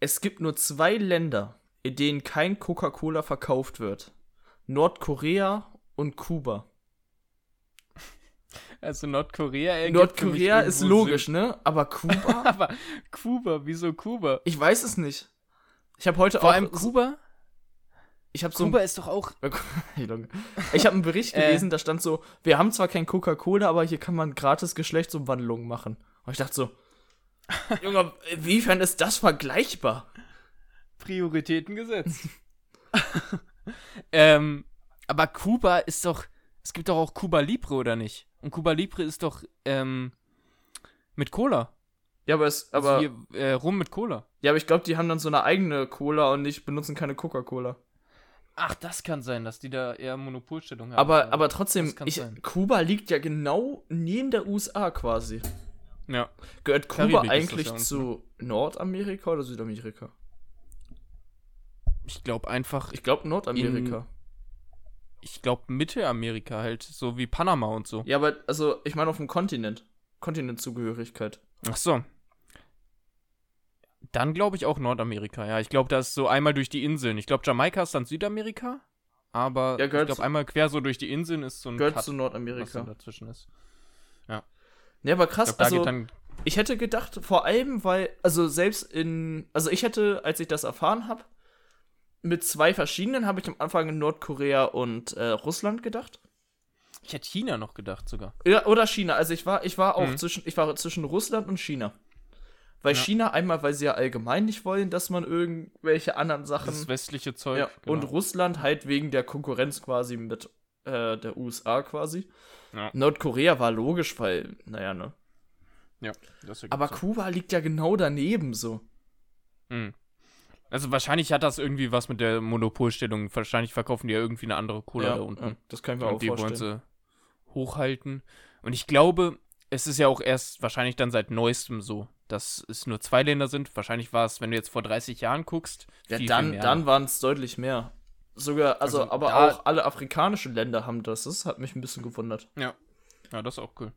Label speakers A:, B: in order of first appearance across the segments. A: Es gibt nur zwei Länder, in denen kein Coca-Cola verkauft wird. Nordkorea und Kuba.
B: Also Nordkorea ergibt
A: Nordkorea
B: für mich
A: ist
B: irgendwo
A: logisch, ne? Aber
B: Sinn.
A: Kuba?
B: Aber Kuba, wieso Kuba?
A: ich weiß es nicht. Ich habe heute
B: Vor
A: auch
B: allem
A: so,
B: Kuba?
A: ich habe so ein
B: Kuba ist doch auch.
A: Junge. Ich habe einen Bericht
B: Äh.
A: gelesen, da stand so, wir haben zwar kein Coca-Cola, aber hier kann man gratis Geschlechtsumwandlungen machen. Und ich dachte so, Junge, inwiefern ist das vergleichbar?
B: Prioritäten gesetzt. ähm, aber Kuba ist doch. Es gibt doch auch Kuba Libre, oder nicht? Und Kuba Libre ist doch ähm, mit Cola.
A: Ja, aber, es,
B: Also
A: aber,
B: hier, äh, rum mit Cola.
A: ja, aber ich glaube, die haben dann so eine eigene Cola und nicht benutzen keine Coca-Cola.
B: Ach, das kann sein, dass die da eher Monopolstellung haben.
A: Aber, aber trotzdem,
B: also, das kann
A: ich,
B: sein.
A: Kuba liegt ja genau neben der USA quasi.
B: Ja.
A: Gehört Kuba
B: Karibik ist das
A: eigentlich
B: ja unten. ne?
A: zu Nordamerika oder Südamerika?
B: Ich glaube einfach.
A: Ich glaube Nordamerika.
B: Ich glaube Mittelamerika halt. So wie Panama und so.
A: Ja, aber also, ich meine auf dem Kontinent. Kontinentzugehörigkeit.
B: Ach so. Dann glaube ich auch Nordamerika, ja. Ich glaube, das ist so einmal durch die Inseln. Ich glaube, Jamaika ist dann Südamerika, aber
A: Ja,
B: ich
A: gehört
B: glaube,
A: zu-
B: einmal quer so durch die Inseln ist so ein
A: Gehört
B: Cut,
A: zu
B: was dann
A: Nordamerika.
B: dazwischen ist.
A: Ja, aber
B: Ich
A: krass,
B: glaube, da
A: also
B: geht dann
A: ich hätte gedacht, vor allem, weil, also selbst in, also ich hätte, als ich das erfahren habe, mit zwei verschiedenen habe ich am Anfang in Nordkorea und äh, Russland gedacht.
B: ich hätte China noch gedacht sogar.
A: Ja, oder China. Also ich war, ich war auch
B: Mhm.
A: zwischen, ich war zwischen Russland und China. Weil
B: Ja.
A: China einmal, weil sie ja allgemein nicht wollen, dass man irgendwelche anderen Sachen.
B: Das westliche Zeug.
A: ja,
B: genau.
A: Und Russland halt wegen der Konkurrenz quasi mit äh, der USA quasi.
B: Ja.
A: Nordkorea war logisch, weil, naja, ne.
B: ja, das ergibt
A: Aber
B: Sinn.
A: Kuba liegt ja genau daneben so.
B: Mhm. Also wahrscheinlich hat das irgendwie was mit der Monopolstellung. Wahrscheinlich verkaufen die ja irgendwie eine andere Cola da unten.
A: das kann ich mir
B: Und
A: auch
B: die wollen
A: vorstellen.
B: sie Genau, hochhalten. Und ich glaube, es ist ja auch erst wahrscheinlich dann seit neuestem so, dass es nur zwei Länder sind. Wahrscheinlich war es, wenn du jetzt vor 30 Jahren guckst.
A: Ja,
B: viel, viel
A: dann,
B: mehr.
A: dann waren es deutlich mehr. Sogar, also,
B: Also
A: aber
B: da-
A: auch alle afrikanischen Länder haben das. Das hat mich ein bisschen gewundert.
B: Ja, das ist auch cool.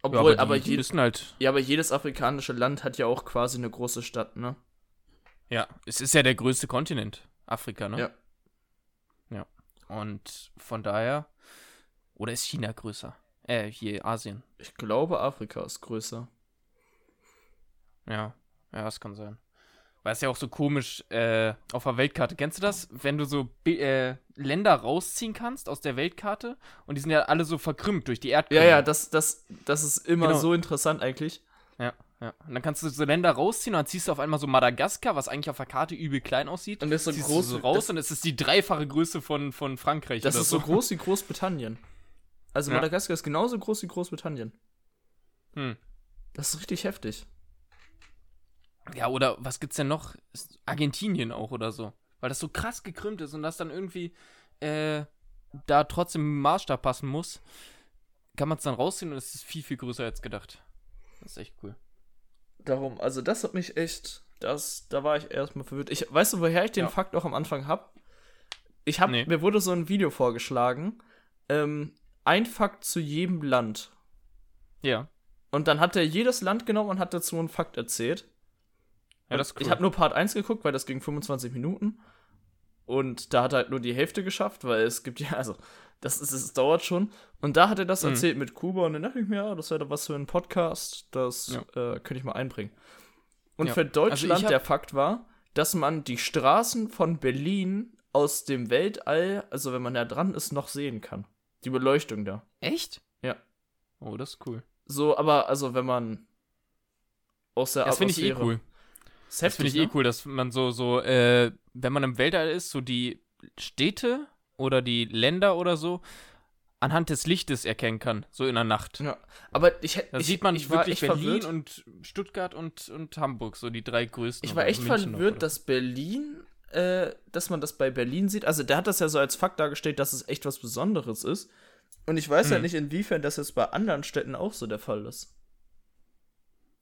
A: Obwohl,
B: ja,
A: aber,
B: die, die
A: jedes,
B: müssen halt.
A: ja, aber jedes afrikanische Land hat ja auch quasi eine große Stadt, ne?
B: Ja, es ist ja der größte Kontinent, Afrika, ne?
A: Ja.
B: Ja. Und von daher. Oder ist China größer? Äh, hier Asien.
A: Ich glaube, Afrika ist größer.
B: Ja, ja, das kann sein. Weil es ja auch so komisch äh, auf der Weltkarte. Kennst du das, wenn du so Bi- äh, Länder rausziehen kannst aus der Weltkarte und die sind ja alle so verkrümmt durch die
A: Ja,
B: Erdkrümmung.
A: ja, das, das, das ist immer
B: Mhm. Genau.
A: so interessant eigentlich.
B: ja, ja. Und dann kannst du so Länder rausziehen und dann ziehst du auf einmal so Madagaskar, was eigentlich auf der Karte übel klein aussieht.
A: Und das ist so
B: ziehst
A: groß
B: du so
A: wie-
B: raus
A: das-
B: und es ist die dreifache Größe von, von Frankreich.
A: Das
B: oder
A: ist so groß wie Großbritannien. Also
B: Ja.
A: Madagaskar ist genauso groß wie Großbritannien.
B: Hm.
A: Das ist richtig heftig.
B: Ja, oder was gibt's denn noch? Ist Argentinien auch oder so. Weil das so krass gekrümmt ist und das dann irgendwie äh, da trotzdem im Maßstab passen muss, kann man es dann rausziehen und es ist viel, viel größer als gedacht. Das ist echt cool.
A: Darum, also das hat mich echt, das, da war ich erstmal verwirrt. Ich, weißt du, woher ich den
B: Ja.
A: Fakt auch am Anfang hab? Ich hab,
B: Nee.
A: mir wurde so ein Video vorgeschlagen, ähm, ein Fakt zu jedem Land.
B: Ja.
A: Und dann hat er jedes Land genommen und hat dazu einen Fakt erzählt.
B: Ja, das ist cool.
A: Ich habe nur Part 1 geguckt, weil das ging 25 Minuten. Und da hat er halt nur die Hälfte geschafft, weil es gibt ja, also, das ist, es dauert schon. Und da hat er das
B: Mhm.
A: erzählt mit Kuba und dann dachte ich mir, ja, das wäre doch was für einen Podcast, das
B: Ja.
A: äh, könnte ich mal einbringen. Und
B: Ja.
A: für Deutschland
B: Also ich hab-
A: der Fakt war, dass man die Straßen von Berlin aus dem Weltall, also wenn man da dran ist, noch sehen kann. Die Beleuchtung da.
B: echt?
A: Ja.
B: Oh, das ist cool.
A: So, aber also wenn man aus der
B: Das finde ich eh
A: Atmosphäre-
B: cool.
A: Ist
B: Das
A: heftig,
B: finde ich
A: ne?
B: eh cool, dass man so, so, äh, wenn man im Weltall ist, so die Städte oder die Länder oder so anhand des Lichtes erkennen kann, so in der Nacht.
A: Ja, aber ich hätte.
B: Da
A: ich,
B: sieht man
A: ich war
B: wirklich
A: echt
B: Berlin
A: verwirrt.
B: und Stuttgart und, und Hamburg, so die drei größten.
A: Ich war
B: oder
A: echt
B: München noch,
A: verwirrt,
B: oder?
A: dass Berlin, äh, dass man das bei Berlin sieht. Also der hat das ja so als Fakt dargestellt, dass es echt was Besonderes ist. Und ich weiß ja
B: Hm.
A: nicht, inwiefern das jetzt bei anderen Städten auch so der Fall ist.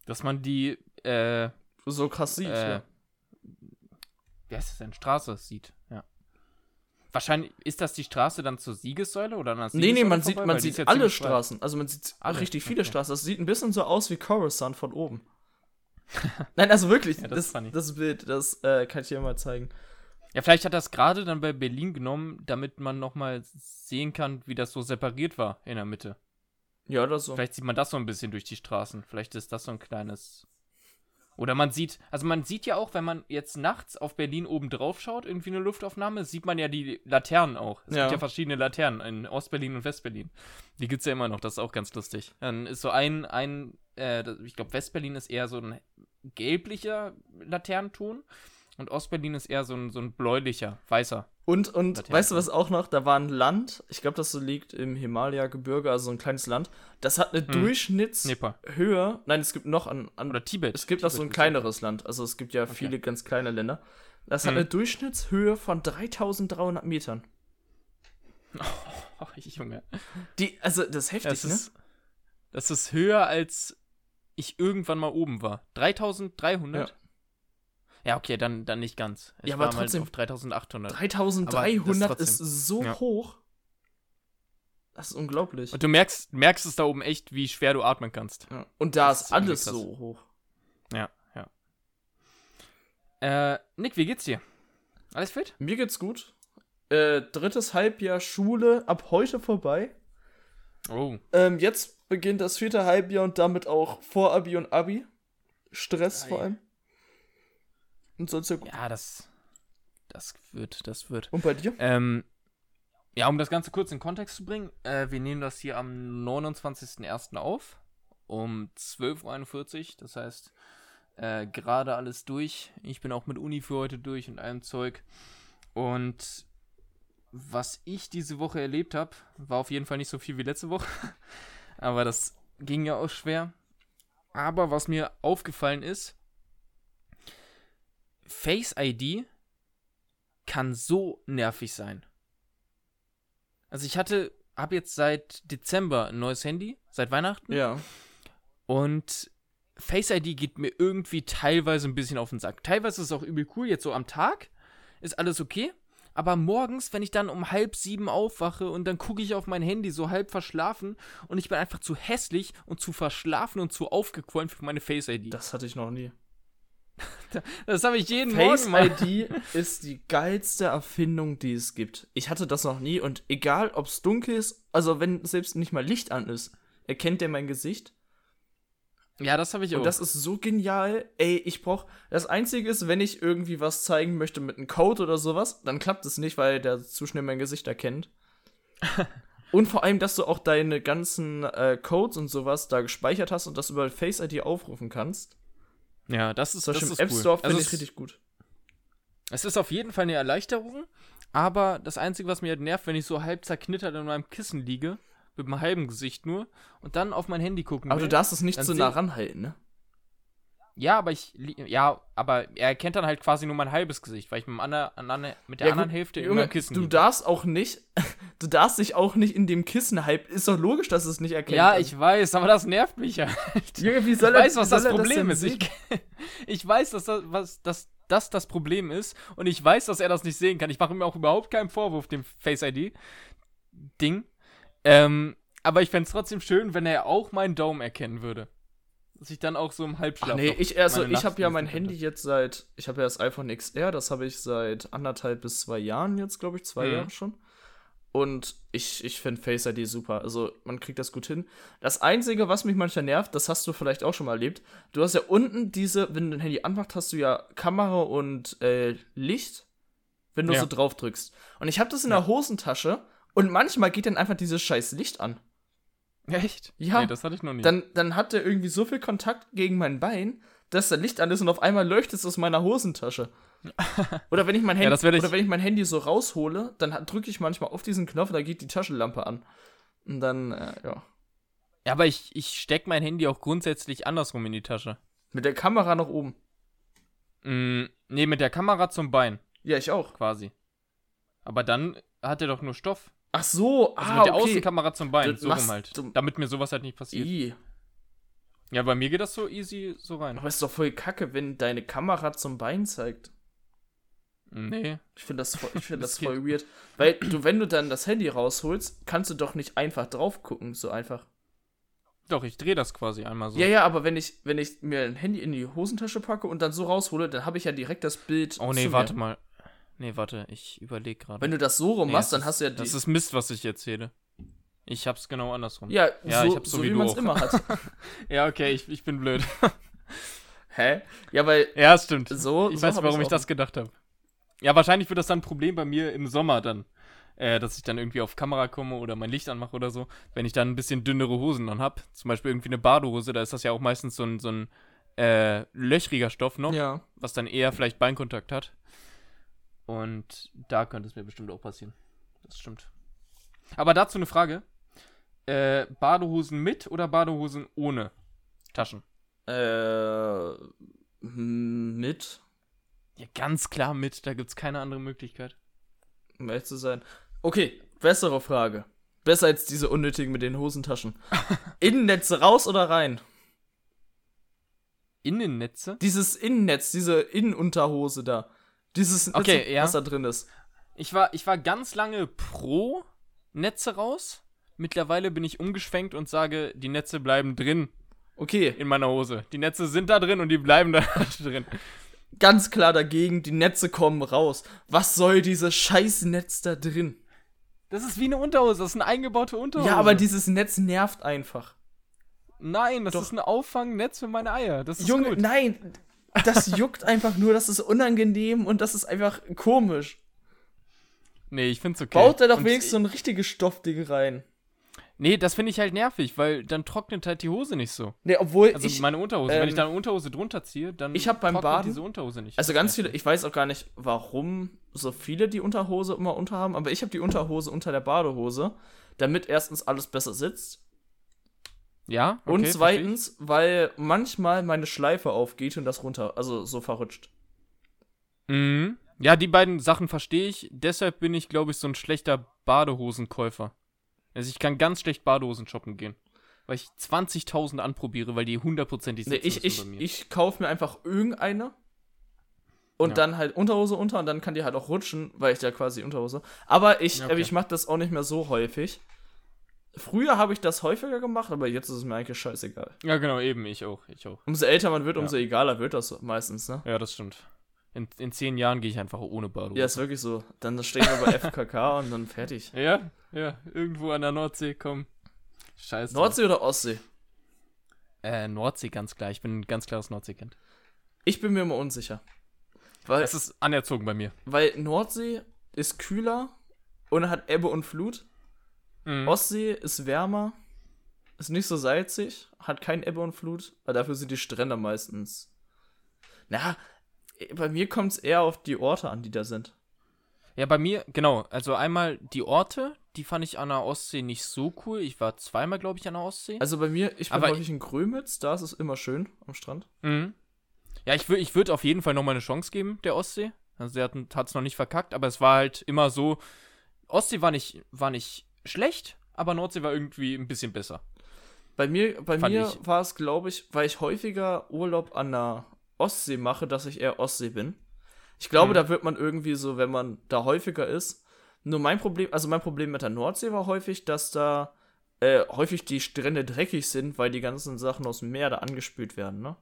B: Dass man die, äh, äh,
A: So krass sieht, ja.
B: wie heißt das denn, Straße sieht, ja. Wahrscheinlich, ist das die Straße dann zur Siegessäule oder an der
A: Nee,
B: Siegessäule
A: nee, man sieht,
B: vorbei?
A: man
B: Weil die ist
A: sieht
B: ja
A: alle
B: ziemlich breit.
A: Straßen. Also man sieht
B: Alle,
A: richtig viele
B: okay.
A: Straßen. Das sieht ein bisschen so aus wie Coruscant von oben. Nein, also wirklich,
B: Ja, das ist
A: das,
B: funny.
A: das, Bild, das äh, kann ich dir mal zeigen.
B: Ja, vielleicht hat er das gerade dann bei Berlin genommen, damit man nochmal sehen kann, wie das so separiert war in der Mitte.
A: Ja, oder so.
B: Vielleicht sieht man das so ein bisschen durch die Straßen. Vielleicht ist das so ein kleines. Oder man sieht, also man sieht ja auch, wenn man jetzt nachts auf Berlin oben drauf schaut, irgendwie eine Luftaufnahme, sieht man ja die Laternen auch. Es
A: Ja.
B: gibt ja verschiedene Laternen in Ostberlin und Westberlin. Die gibt's ja immer noch, das ist auch ganz lustig. Dann ist so ein, ein, äh, das- ich glaube, Westberlin ist eher so ein gelblicher Laternenton und Ostberlin ist eher so ein, so ein bläulicher, weißer.
A: Und, und
B: Laternen.
A: weißt du was auch noch? Da war ein Land, ich glaube, das so liegt im Himalaya-Gebirge, also so ein kleines Land. Das hat eine Durchschnittshöhe.
B: Nepal.
A: Nein, es gibt noch ein, ein
B: Hm. Oder Tibet.
A: Es gibt auch so ein
B: Tibet ist
A: kleineres Land. Also es gibt ja viele ganz kleine Länder. Das hat
B: Mhm.
A: eine Durchschnittshöhe von 3300 Metern.
B: Oh, Junge.
A: Die, also das ist heftig,
B: Das ist, äh, das ist höher, als ich irgendwann mal oben war. 3300? Ja, okay, dann, dann nicht ganz. Ich
A: Ja, aber
B: war mal
A: trotzdem-
B: auf 3800.
A: ne? 3300
B: Aber das
A: ist
B: trotzdem.
A: so
B: Ja.
A: hoch. Das ist unglaublich.
B: Und du merkst, merkst es da oben echt, wie schwer du atmen kannst.
A: Ja. Und da
B: das
A: ist
B: ist irgendwie
A: alles
B: krass.
A: so hoch.
B: Ja, ja. Äh, Nick, wie geht's dir? Alles fit?
A: Mir geht's gut. Äh, drittes Halbjahr Schule ab heute vorbei.
B: Oh.
A: Ähm, jetzt beginnt das vierte Halbjahr und damit auch Vorabi und Abi. Stress
B: Ei.
A: vor allem. Und sonst ja gut.
B: Ja, das, das wird, das wird.
A: Und bei dir?
B: Ähm, ja, um das Ganze kurz in Kontext zu bringen, äh, wir nehmen das hier am 29.01. auf, um 12.41 Uhr. Das heißt, äh, gerade alles durch. Ich bin auch mit Uni für heute durch und allem Zeug. Und was ich diese Woche erlebt habe, war auf jeden Fall nicht so viel wie letzte Woche. Aber das ging ja auch schwer. Aber was mir aufgefallen ist, Face ID kann so nervig sein. Also ich hatte, habe jetzt seit Dezember ein neues Handy, seit Weihnachten.
A: Ja.
B: Und Face ID geht mir irgendwie teilweise ein bisschen auf den Sack. Teilweise ist es auch übel cool, jetzt so am Tag ist alles okay. Aber morgens, wenn ich dann um halb sieben aufwache und dann gucke ich auf mein Handy so halb verschlafen und ich bin einfach zu hässlich und zu verschlafen und zu aufgequollen für meine Face ID. Das,
A: Das hatte ich noch nie.
B: habe ich jeden
A: Face
B: Morgen. mal-
A: ID ist die geilste Erfindung, die es gibt. Ich hatte das noch nie und egal, ob es dunkel ist, also wenn selbst nicht mal Licht an ist, erkennt der mein Gesicht.
B: Ja, das habe ich auch.
A: Und das ist so genial. Ey, ich brauch. Das Einzige ist, wenn ich irgendwie was zeigen möchte mit einem Code oder sowas, dann klappt es nicht, weil der zu schnell mein Gesicht erkennt. und vor allem, dass du auch deine ganzen äh, Codes und sowas da gespeichert hast und das über Face ID aufrufen kannst.
B: ja, das ist
A: Zum
B: das
A: Beispiel
B: ist
A: im App Store
B: cool.
A: finde
B: Also
A: ich
B: es-
A: richtig gut.
B: Es ist auf jeden Fall eine Erleichterung, aber das Einzige, was mir halt nervt, wenn ich so halb zerknittert in meinem Kissen liege, mit meinem halben Gesicht nur, und dann auf mein Handy gucken
A: Aber
B: will.
A: du darfst es nicht
B: Mhm. Dann
A: zu
B: seh-
A: nah ranhalten, ne?
B: Ja, aber ich, li- ja, aber er erkennt dann halt quasi nur mein halbes Gesicht, weil ich mit, dem ander, ander, mit der
A: Ja,
B: anderen
A: gut,
B: Hälfte in
A: Junge,
B: meinem Kissen
A: Du
B: liege.
A: darfst auch nicht, du darfst dich auch nicht in dem Kissen halten. Ist doch logisch, dass es nicht erkennt.
B: Ja, ich weiß, aber das nervt mich ja.
A: Junge, wie
B: Ich
A: soll er,
B: weiß, was
A: wie soll
B: das
A: er
B: Problem
A: denn
B: ist.
A: sehen?
B: Ich, ich weiß, dass das, was, dass das das Problem ist und ich weiß, dass er das nicht sehen kann. Ich mache ihm auch überhaupt keinen Vorwurf, dem Face ID-Ding. Ähm, aber ich fände es trotzdem schön, wenn er auch meinen Daumen erkennen würde. Dass ich dann auch so im Halbschlaf.
A: Ach nee,
B: noch
A: ich, also
B: meine
A: ich habe ja
B: Nachrichten
A: mein
B: lesen
A: Handy jetzt seit, ich habe ja das iPhone XR, das habe ich seit anderthalb bis zwei Jahren jetzt, glaube ich, zwei
B: Mhm.
A: Jahre schon. Und ich, ich finde Face ID super. Also man kriegt das gut hin. Das Einzige, was mich manchmal nervt, das hast du vielleicht auch schon mal erlebt. Du hast ja unten diese, wenn du dein Handy anmachst, hast du ja Kamera und äh, Licht, wenn du
B: Ja.
A: so drauf drückst. Und ich habe das in der Hosentasche und manchmal geht dann einfach dieses scheiß Licht an.
B: könnte. Echt?
A: Ja.
B: Nee, das hatte ich noch nie.
A: Dann, dann hat der irgendwie so viel Kontakt gegen mein Bein, dass da Licht an ist und auf einmal leuchtet es aus meiner Hosentasche. Oder wenn ich mein Handy,
B: das werd ich-
A: oder wenn ich mein Handy so raushole, dann drücke ich manchmal auf diesen Knopf, da geht die Taschenlampe an. Und dann, äh, ja.
B: ja, aber ich, ich stecke mein Handy auch grundsätzlich andersrum in die Tasche.
A: Mit der Kamera nach oben.
B: Mm, nee, mit der Kamera zum Bein,
A: Ja, ich auch.
B: quasi. Aber dann hat er doch nur Stoff.
A: Ach so,
B: Also
A: ah,
B: mit der
A: okay.
B: Außenkamera zum Bein,
A: Du
B: so
A: machst-
B: rum halt.
A: du-
B: Damit mir sowas halt nicht passiert.
A: I.
B: Ja, bei mir geht das so easy so rein.
A: Aber ist doch voll kacke, wenn deine Kamera zum Bein zeigt.
B: Nee.
A: Ich finde das, voll- ich find das
B: Das geht.
A: voll weird. Weil du, wenn du dann das Handy rausholst, kannst du doch nicht einfach drauf gucken, so einfach.
B: Doch, ich drehe das quasi einmal so.
A: Ja, ja, aber wenn ich, wenn ich mir ein Handy in die Hosentasche packe und dann so raushole, dann habe ich ja direkt das Bild.
B: oh
A: zu
B: nee,
A: mir.
B: warte mal. Nee, warte, ich überlege gerade.
A: Wenn du das so rum
B: Nee,
A: machst,
B: das
A: dann hast du ja die.
B: Das ist Mist, was ich erzähle. Ich hab's genau andersrum.
A: ja,
B: Ja,
A: so,
B: ich hab's so
A: so
B: wie
A: wie,
B: du
A: man es
B: auch.
A: immer hat.
B: ja okay, ich, ich bin blöd.
A: Hä? Ja, weil
B: ja, stimmt.
A: so.
B: ich
A: so
B: weiß,
A: hab
B: warum ich
A: auch.
B: das gedacht habe. Ja, wahrscheinlich wird das dann ein Problem bei mir im Sommer dann. Äh, dass ich dann irgendwie auf Kamera komme oder mein Licht anmache oder so. Wenn ich dann ein bisschen dünnere Hosen dann hab. Zum Beispiel irgendwie eine Badehose, da ist das ja auch meistens so ein, so ein äh, löchriger Stoff noch,
A: Ja.
B: was dann eher vielleicht Beinkontakt hat. Und da könnte es mir bestimmt auch passieren. Das stimmt. Aber dazu eine Frage. Äh, Badehosen mit oder Badehosen ohne Taschen?
A: Äh. hm, Mit,
B: Ja, ganz klar mit. Da gibt's keine andere Möglichkeit.
A: um ehrlich zu sein. Okay, bessere Frage. Besser als diese unnötigen mit den Hosentaschen. Innennetze raus oder rein?
B: Innennetze?
A: Dieses Innennetz, diese Innenunterhose da. Dieses
B: Okay, ja.
A: was da drin ist.
B: Ich war, ich war ganz lange pro Netze raus. Mittlerweile bin ich umgeschwenkt und sage, die Netze bleiben drin
A: Okay,
B: in meiner Hose. Die Netze sind da drin und die bleiben da drin.
A: ganz klar dagegen, die Netze kommen raus. Was soll dieses scheiß Netz da drin?
B: Das ist wie eine Unterhose, das ist eine eingebaute Unterhose.
A: Ja, aber dieses Netz nervt einfach.
B: Nein, das
A: Doch.
B: ist ein Auffangnetz für meine Eier. Das ist
A: Junge,
B: gut.
A: nein, das juckt einfach nur, das ist unangenehm und das ist einfach komisch.
B: Nee, ich find's okay.
A: Baut da doch
B: Und
A: wenigstens so ein richtiges Stoffding rein.
B: Nee, das finde ich halt nervig, weil dann trocknet halt die Hose nicht so.
A: Ne, obwohl
B: Also
A: ich,
B: meine Unterhose. Wenn ich
A: ähm,
B: da eine Unterhose drunter ziehe, dann
A: ich hab beim
B: trocknet
A: Baden-
B: diese Unterhose nicht.
A: also ganz viele, ich weiß auch gar nicht, warum so viele die Unterhose immer unterhaben, aber ich habe die Unterhose unter der Badehose, damit erstens alles besser sitzt
B: Ja?
A: und
B: okay, versteh ich.
A: zweitens, weil manchmal meine Schleife aufgeht und das runter, also so verrutscht.
B: Mhm. Ja, die beiden Sachen verstehe ich. Deshalb bin ich, glaube ich, so ein schlechter Badehosenkäufer. Also ich kann ganz schlecht Badehosen shoppen gehen. Weil ich 20.000 anprobiere, weil die hundertprozentig
A: Nee,
B: sitzen
A: ich,
B: müssen
A: ich, ich kaufe mir einfach irgendeine und
B: Ja.
A: dann halt Unterhose unter und dann kann die halt auch rutschen, weil ich ja quasi Unterhose. Aber ich,
B: Ja, okay.
A: äh, ich mache das auch nicht mehr so häufig. Früher habe ich das häufiger gemacht, aber jetzt ist es mir eigentlich scheißegal.
B: Ja, genau, eben, ich auch, ich auch.
A: Umso älter man wird,
B: Ja.
A: umso egaler wird das meistens, ne?
B: Ja, das stimmt. In, in zehn Jahren gehe ich einfach ohne Badehose.
A: Ja, ist wirklich so. Dann stehen wir bei FKK und dann fertig.
B: Ja, ja, irgendwo an der Nordsee, komm. Scheiße.
A: Nordsee oder Ostsee?
B: Äh, Nordsee, ganz klar. Ich bin ein ganz klares Nordseekind.
A: Ich bin mir immer unsicher. Weil,
B: Das ist anerzogen bei mir.
A: weil Nordsee ist kühler und hat Ebbe und Flut.
B: Mhm.
A: Ostsee ist wärmer, ist nicht so salzig, hat kein Ebbe und Flut, aber dafür sind die Strände meistens. Na, bei mir kommt es eher auf die Orte an, die da sind.
B: Ja, bei mir, genau. Also einmal die Orte, die fand ich an der Ostsee nicht so cool. Ich war zweimal, glaube ich, an der Ostsee.
A: Also bei mir, ich bin
B: Aber
A: häufig in Grömitz, da ist es immer schön am Strand.
B: Mhm. Ja, ich, wür- ich würde auf jeden Fall nochmal eine Chance geben, der Ostsee. Also der hat es noch nicht verkackt, aber es war halt immer so, Ostsee war nicht, war nicht schlecht, aber Nordsee war irgendwie ein bisschen besser.
A: Bei mir, bei
B: Fand
A: mir
B: ich-
A: war es, glaube ich, weil ich häufiger Urlaub an der Ostsee mache, dass ich eher Ostsee bin. Ich glaube,
B: Mhm.
A: da wird man irgendwie so, wenn man da häufiger ist. Nur mein Problem, also mein Problem mit der Nordsee war häufig, dass da äh, häufig die Strände dreckig sind, weil die ganzen Sachen aus dem Meer da angespült werden, ne?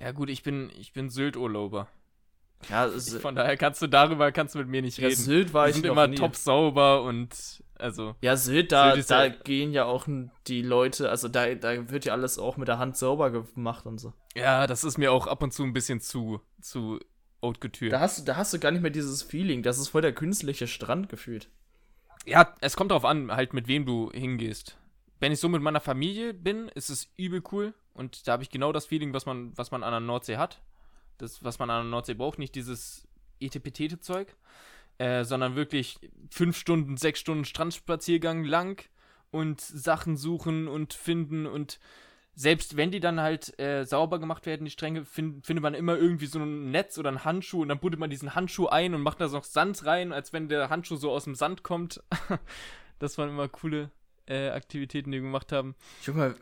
B: Ja gut, ich bin, ich bin Sylt-Urlauber.
A: Ja, S
B: Von daher kannst du darüber, kannst du mit mir nicht
A: ja
B: reden.
A: Sylt war
B: Die
A: ich
B: sind
A: noch
B: immer
A: nie.
B: top sauber und also.
A: Ja, Sylt, da,
B: Sylt ist
A: da
B: ja-
A: gehen ja auch n- die Leute, also da, da wird ja alles auch mit der Hand sauber gemacht und so.
B: Ja, das ist mir auch ab und zu ein bisschen zu, zu haute couture.
A: Da hast, du- da hast du gar nicht mehr dieses Feeling, das ist voll der künstliche Strand gefühlt.
B: Ja, es kommt darauf an, halt mit wem du hingehst. Wenn ich so mit meiner Familie bin, ist es übel cool und da habe ich genau das Feeling, was man, was man an der Nordsee hat. Das, was man an der Nordsee braucht, nicht dieses Etepetete-Zeug, äh, sondern wirklich fünf Stunden, sechs Stunden Strandspaziergang lang und Sachen suchen und finden und selbst wenn die dann halt äh, sauber gemacht werden, die Stränge, find, findet man immer irgendwie so ein Netz oder einen Handschuh und dann puttet man diesen Handschuh ein und macht da so noch Sand rein, als wenn der Handschuh so aus dem Sand kommt. das waren immer coole äh, Aktivitäten, die wir gemacht haben.
A: Junge,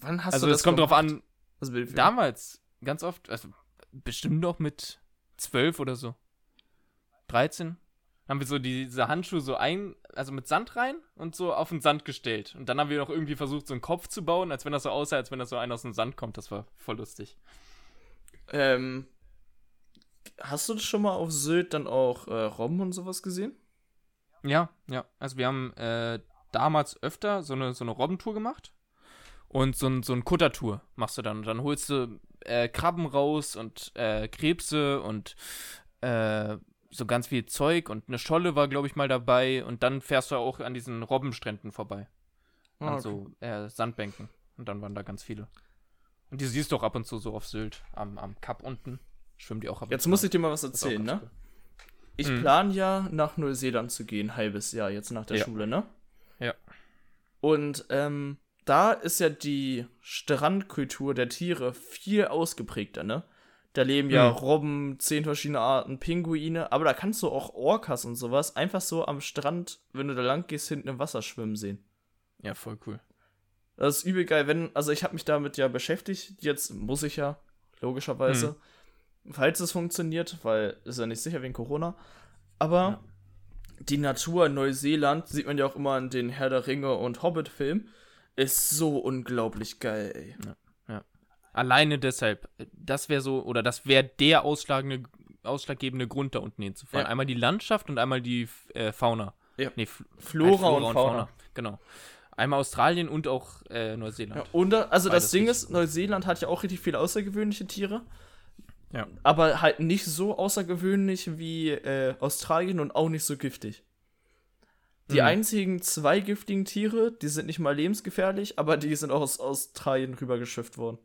A: wann hast
B: also
A: du das
B: es kommt drauf an,
A: Also, wie-
B: damals, ganz oft, also bestimmt noch mit zwölf oder so. 13? Dann haben wir so diese Handschuhe so ein, also mit Sand rein und so auf den Sand gestellt. Und dann haben wir noch irgendwie versucht, so einen Kopf zu bauen, als wenn das so aussah, als wenn das so einer aus dem Sand kommt. Das war voll lustig.
A: Ähm, hast du das schon mal auf Sylt dann auch äh, Robben und sowas gesehen?
B: Ja, ja. Also wir haben äh, damals öfter so eine, so eine Robbentour gemacht. Und so, ein, so eine Kuttertour machst du dann. Und dann holst du äh, Krabben raus und äh, Krebse und äh, so ganz viel Zeug. Und eine Scholle war, glaube ich, mal dabei. Und dann fährst du auch an diesen Robbenstränden vorbei.
A: Ah,
B: An so äh, Sandbänken. Und dann waren da ganz viele. Und die siehst du auch ab und zu so auf Sylt, am, am Kap unten. Schwimmen die auch ab
A: Jetzt
B: und
A: muss
B: zu.
A: ich dir mal was
B: Das ist auch
A: erzählen,
B: ganz
A: ne?
B: cool.
A: Ich
B: Mhm.
A: plan ja, nach Neuseeland zu gehen, halbes Jahr jetzt nach der
B: Ja.
A: Schule, ne?
B: Ja.
A: Und ähm, da ist ja die Strandkultur der Tiere viel ausgeprägter, ne? Da leben ja
B: Mhm.
A: Robben, zehn verschiedene Arten, Pinguine, aber da kannst du auch Orcas und sowas einfach so am Strand, wenn du da lang gehst, hinten im Wasser schwimmen sehen.
B: Ja, voll cool.
A: Das ist übel geil, wenn, also ich habe mich damit ja beschäftigt, jetzt muss ich ja, logischerweise, falls es funktioniert, weil ist ja nicht sicher wegen Corona, aber
B: Ja.
A: die Natur in Neuseeland, sieht man ja auch immer in den Herr der Ringe und Hobbit-Filmen, ist so unglaublich geil, ey.
B: Alleine deshalb, äh, das wäre so, oder das wäre der ausschlagende, ausschlaggebende Grund, da unten hinzufahren.
A: Ja.
B: Einmal die Landschaft und einmal die äh, Fauna.
A: Ja.
B: Nee, Fl
A: Flora,
B: halt
A: und Fauna.
B: Genau. Einmal Australien und auch äh, Neuseeland.
A: Ja, und da, also das
B: Beides
A: Ding
B: richtig
A: ist, Neuseeland hat ja auch richtig viele außergewöhnliche Tiere,
B: Ja.
A: aber halt nicht so außergewöhnlich wie äh, Australien und auch nicht so giftig. Die
B: Mhm.
A: einzigen zwei giftigen Tiere, die sind nicht mal lebensgefährlich, aber die sind auch aus Australien rübergeschifft worden.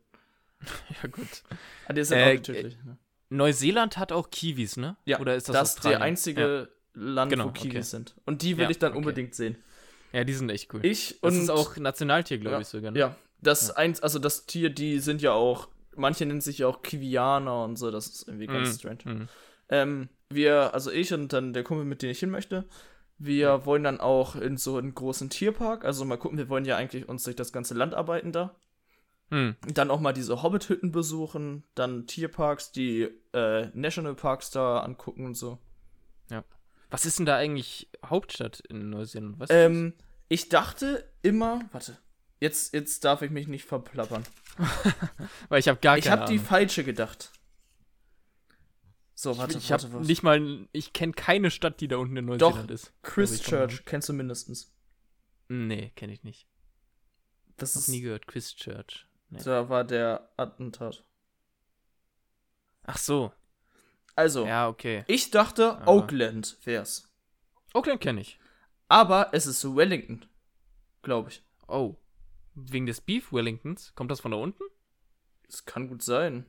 B: Ja, gut.
A: Ah, Die sind
B: Äh,
A: auch nicht tödlich. ne?
B: Neuseeland hat auch Kiwis, ne?
A: Ja,
B: Oder ist das,
A: das ist
B: Australien?
A: der einzige Land,
B: Genau,
A: wo Kiwis
B: okay.
A: sind. Und die will
B: Ja,
A: ich dann
B: okay.
A: unbedingt sehen.
B: Ja. ja, die sind echt cool.
A: Ich
B: das
A: und
B: ist auch Nationaltier, glaube
A: Ja.
B: ich sogar. ne?
A: Ja, das eins, also das Tier, die sind ja auch, manche nennen sich ja auch Kiwianer und so, das ist irgendwie ganz
B: Mhm.
A: strange.
B: Mhm.
A: Ähm, wir, also ich und dann der Kumpel, mit dem ich hin möchte, wir
B: Mhm.
A: wollen dann auch in so einen großen Tierpark, also mal gucken, wir wollen ja eigentlich uns durch das ganze Land arbeiten da.
B: Mhm.
A: Dann auch mal diese Hobbit-Hütten besuchen, dann Tierparks, die äh, Nationalparks da angucken und so.
B: Was ist denn da eigentlich Hauptstadt in Neuseeland? Weißt du das?
A: Ähm, ich dachte immer, warte, jetzt, jetzt darf ich mich nicht verplappern.
B: Weil ich habe gar
A: Ich
B: keine
A: habe
B: Ahnung.
A: die falsche gedacht. So, Oh, warte,
B: ich
A: warte,
B: habe
A: warte.
B: nicht mal, ich kenne keine Stadt, die da unten in
A: Doch.
B: Neuseeland ist. Oh, Hab
A: Christchurch kennst du mindestens.
B: Nee, kenne ich nicht.
A: Das
B: Noch
A: ist,
B: nie gehört. Christchurch. Nee.
A: da war der Attentat.
B: Ach so.
A: Also,
B: Ja, okay.
A: ich dachte,
B: Aber-
A: Auckland wär's.
B: Auckland kenne ich.
A: Aber es ist Wellington, glaube ich.
B: Oh. Wegen des Beef Wellingtons. Kommt das von da unten?
A: Es kann gut sein.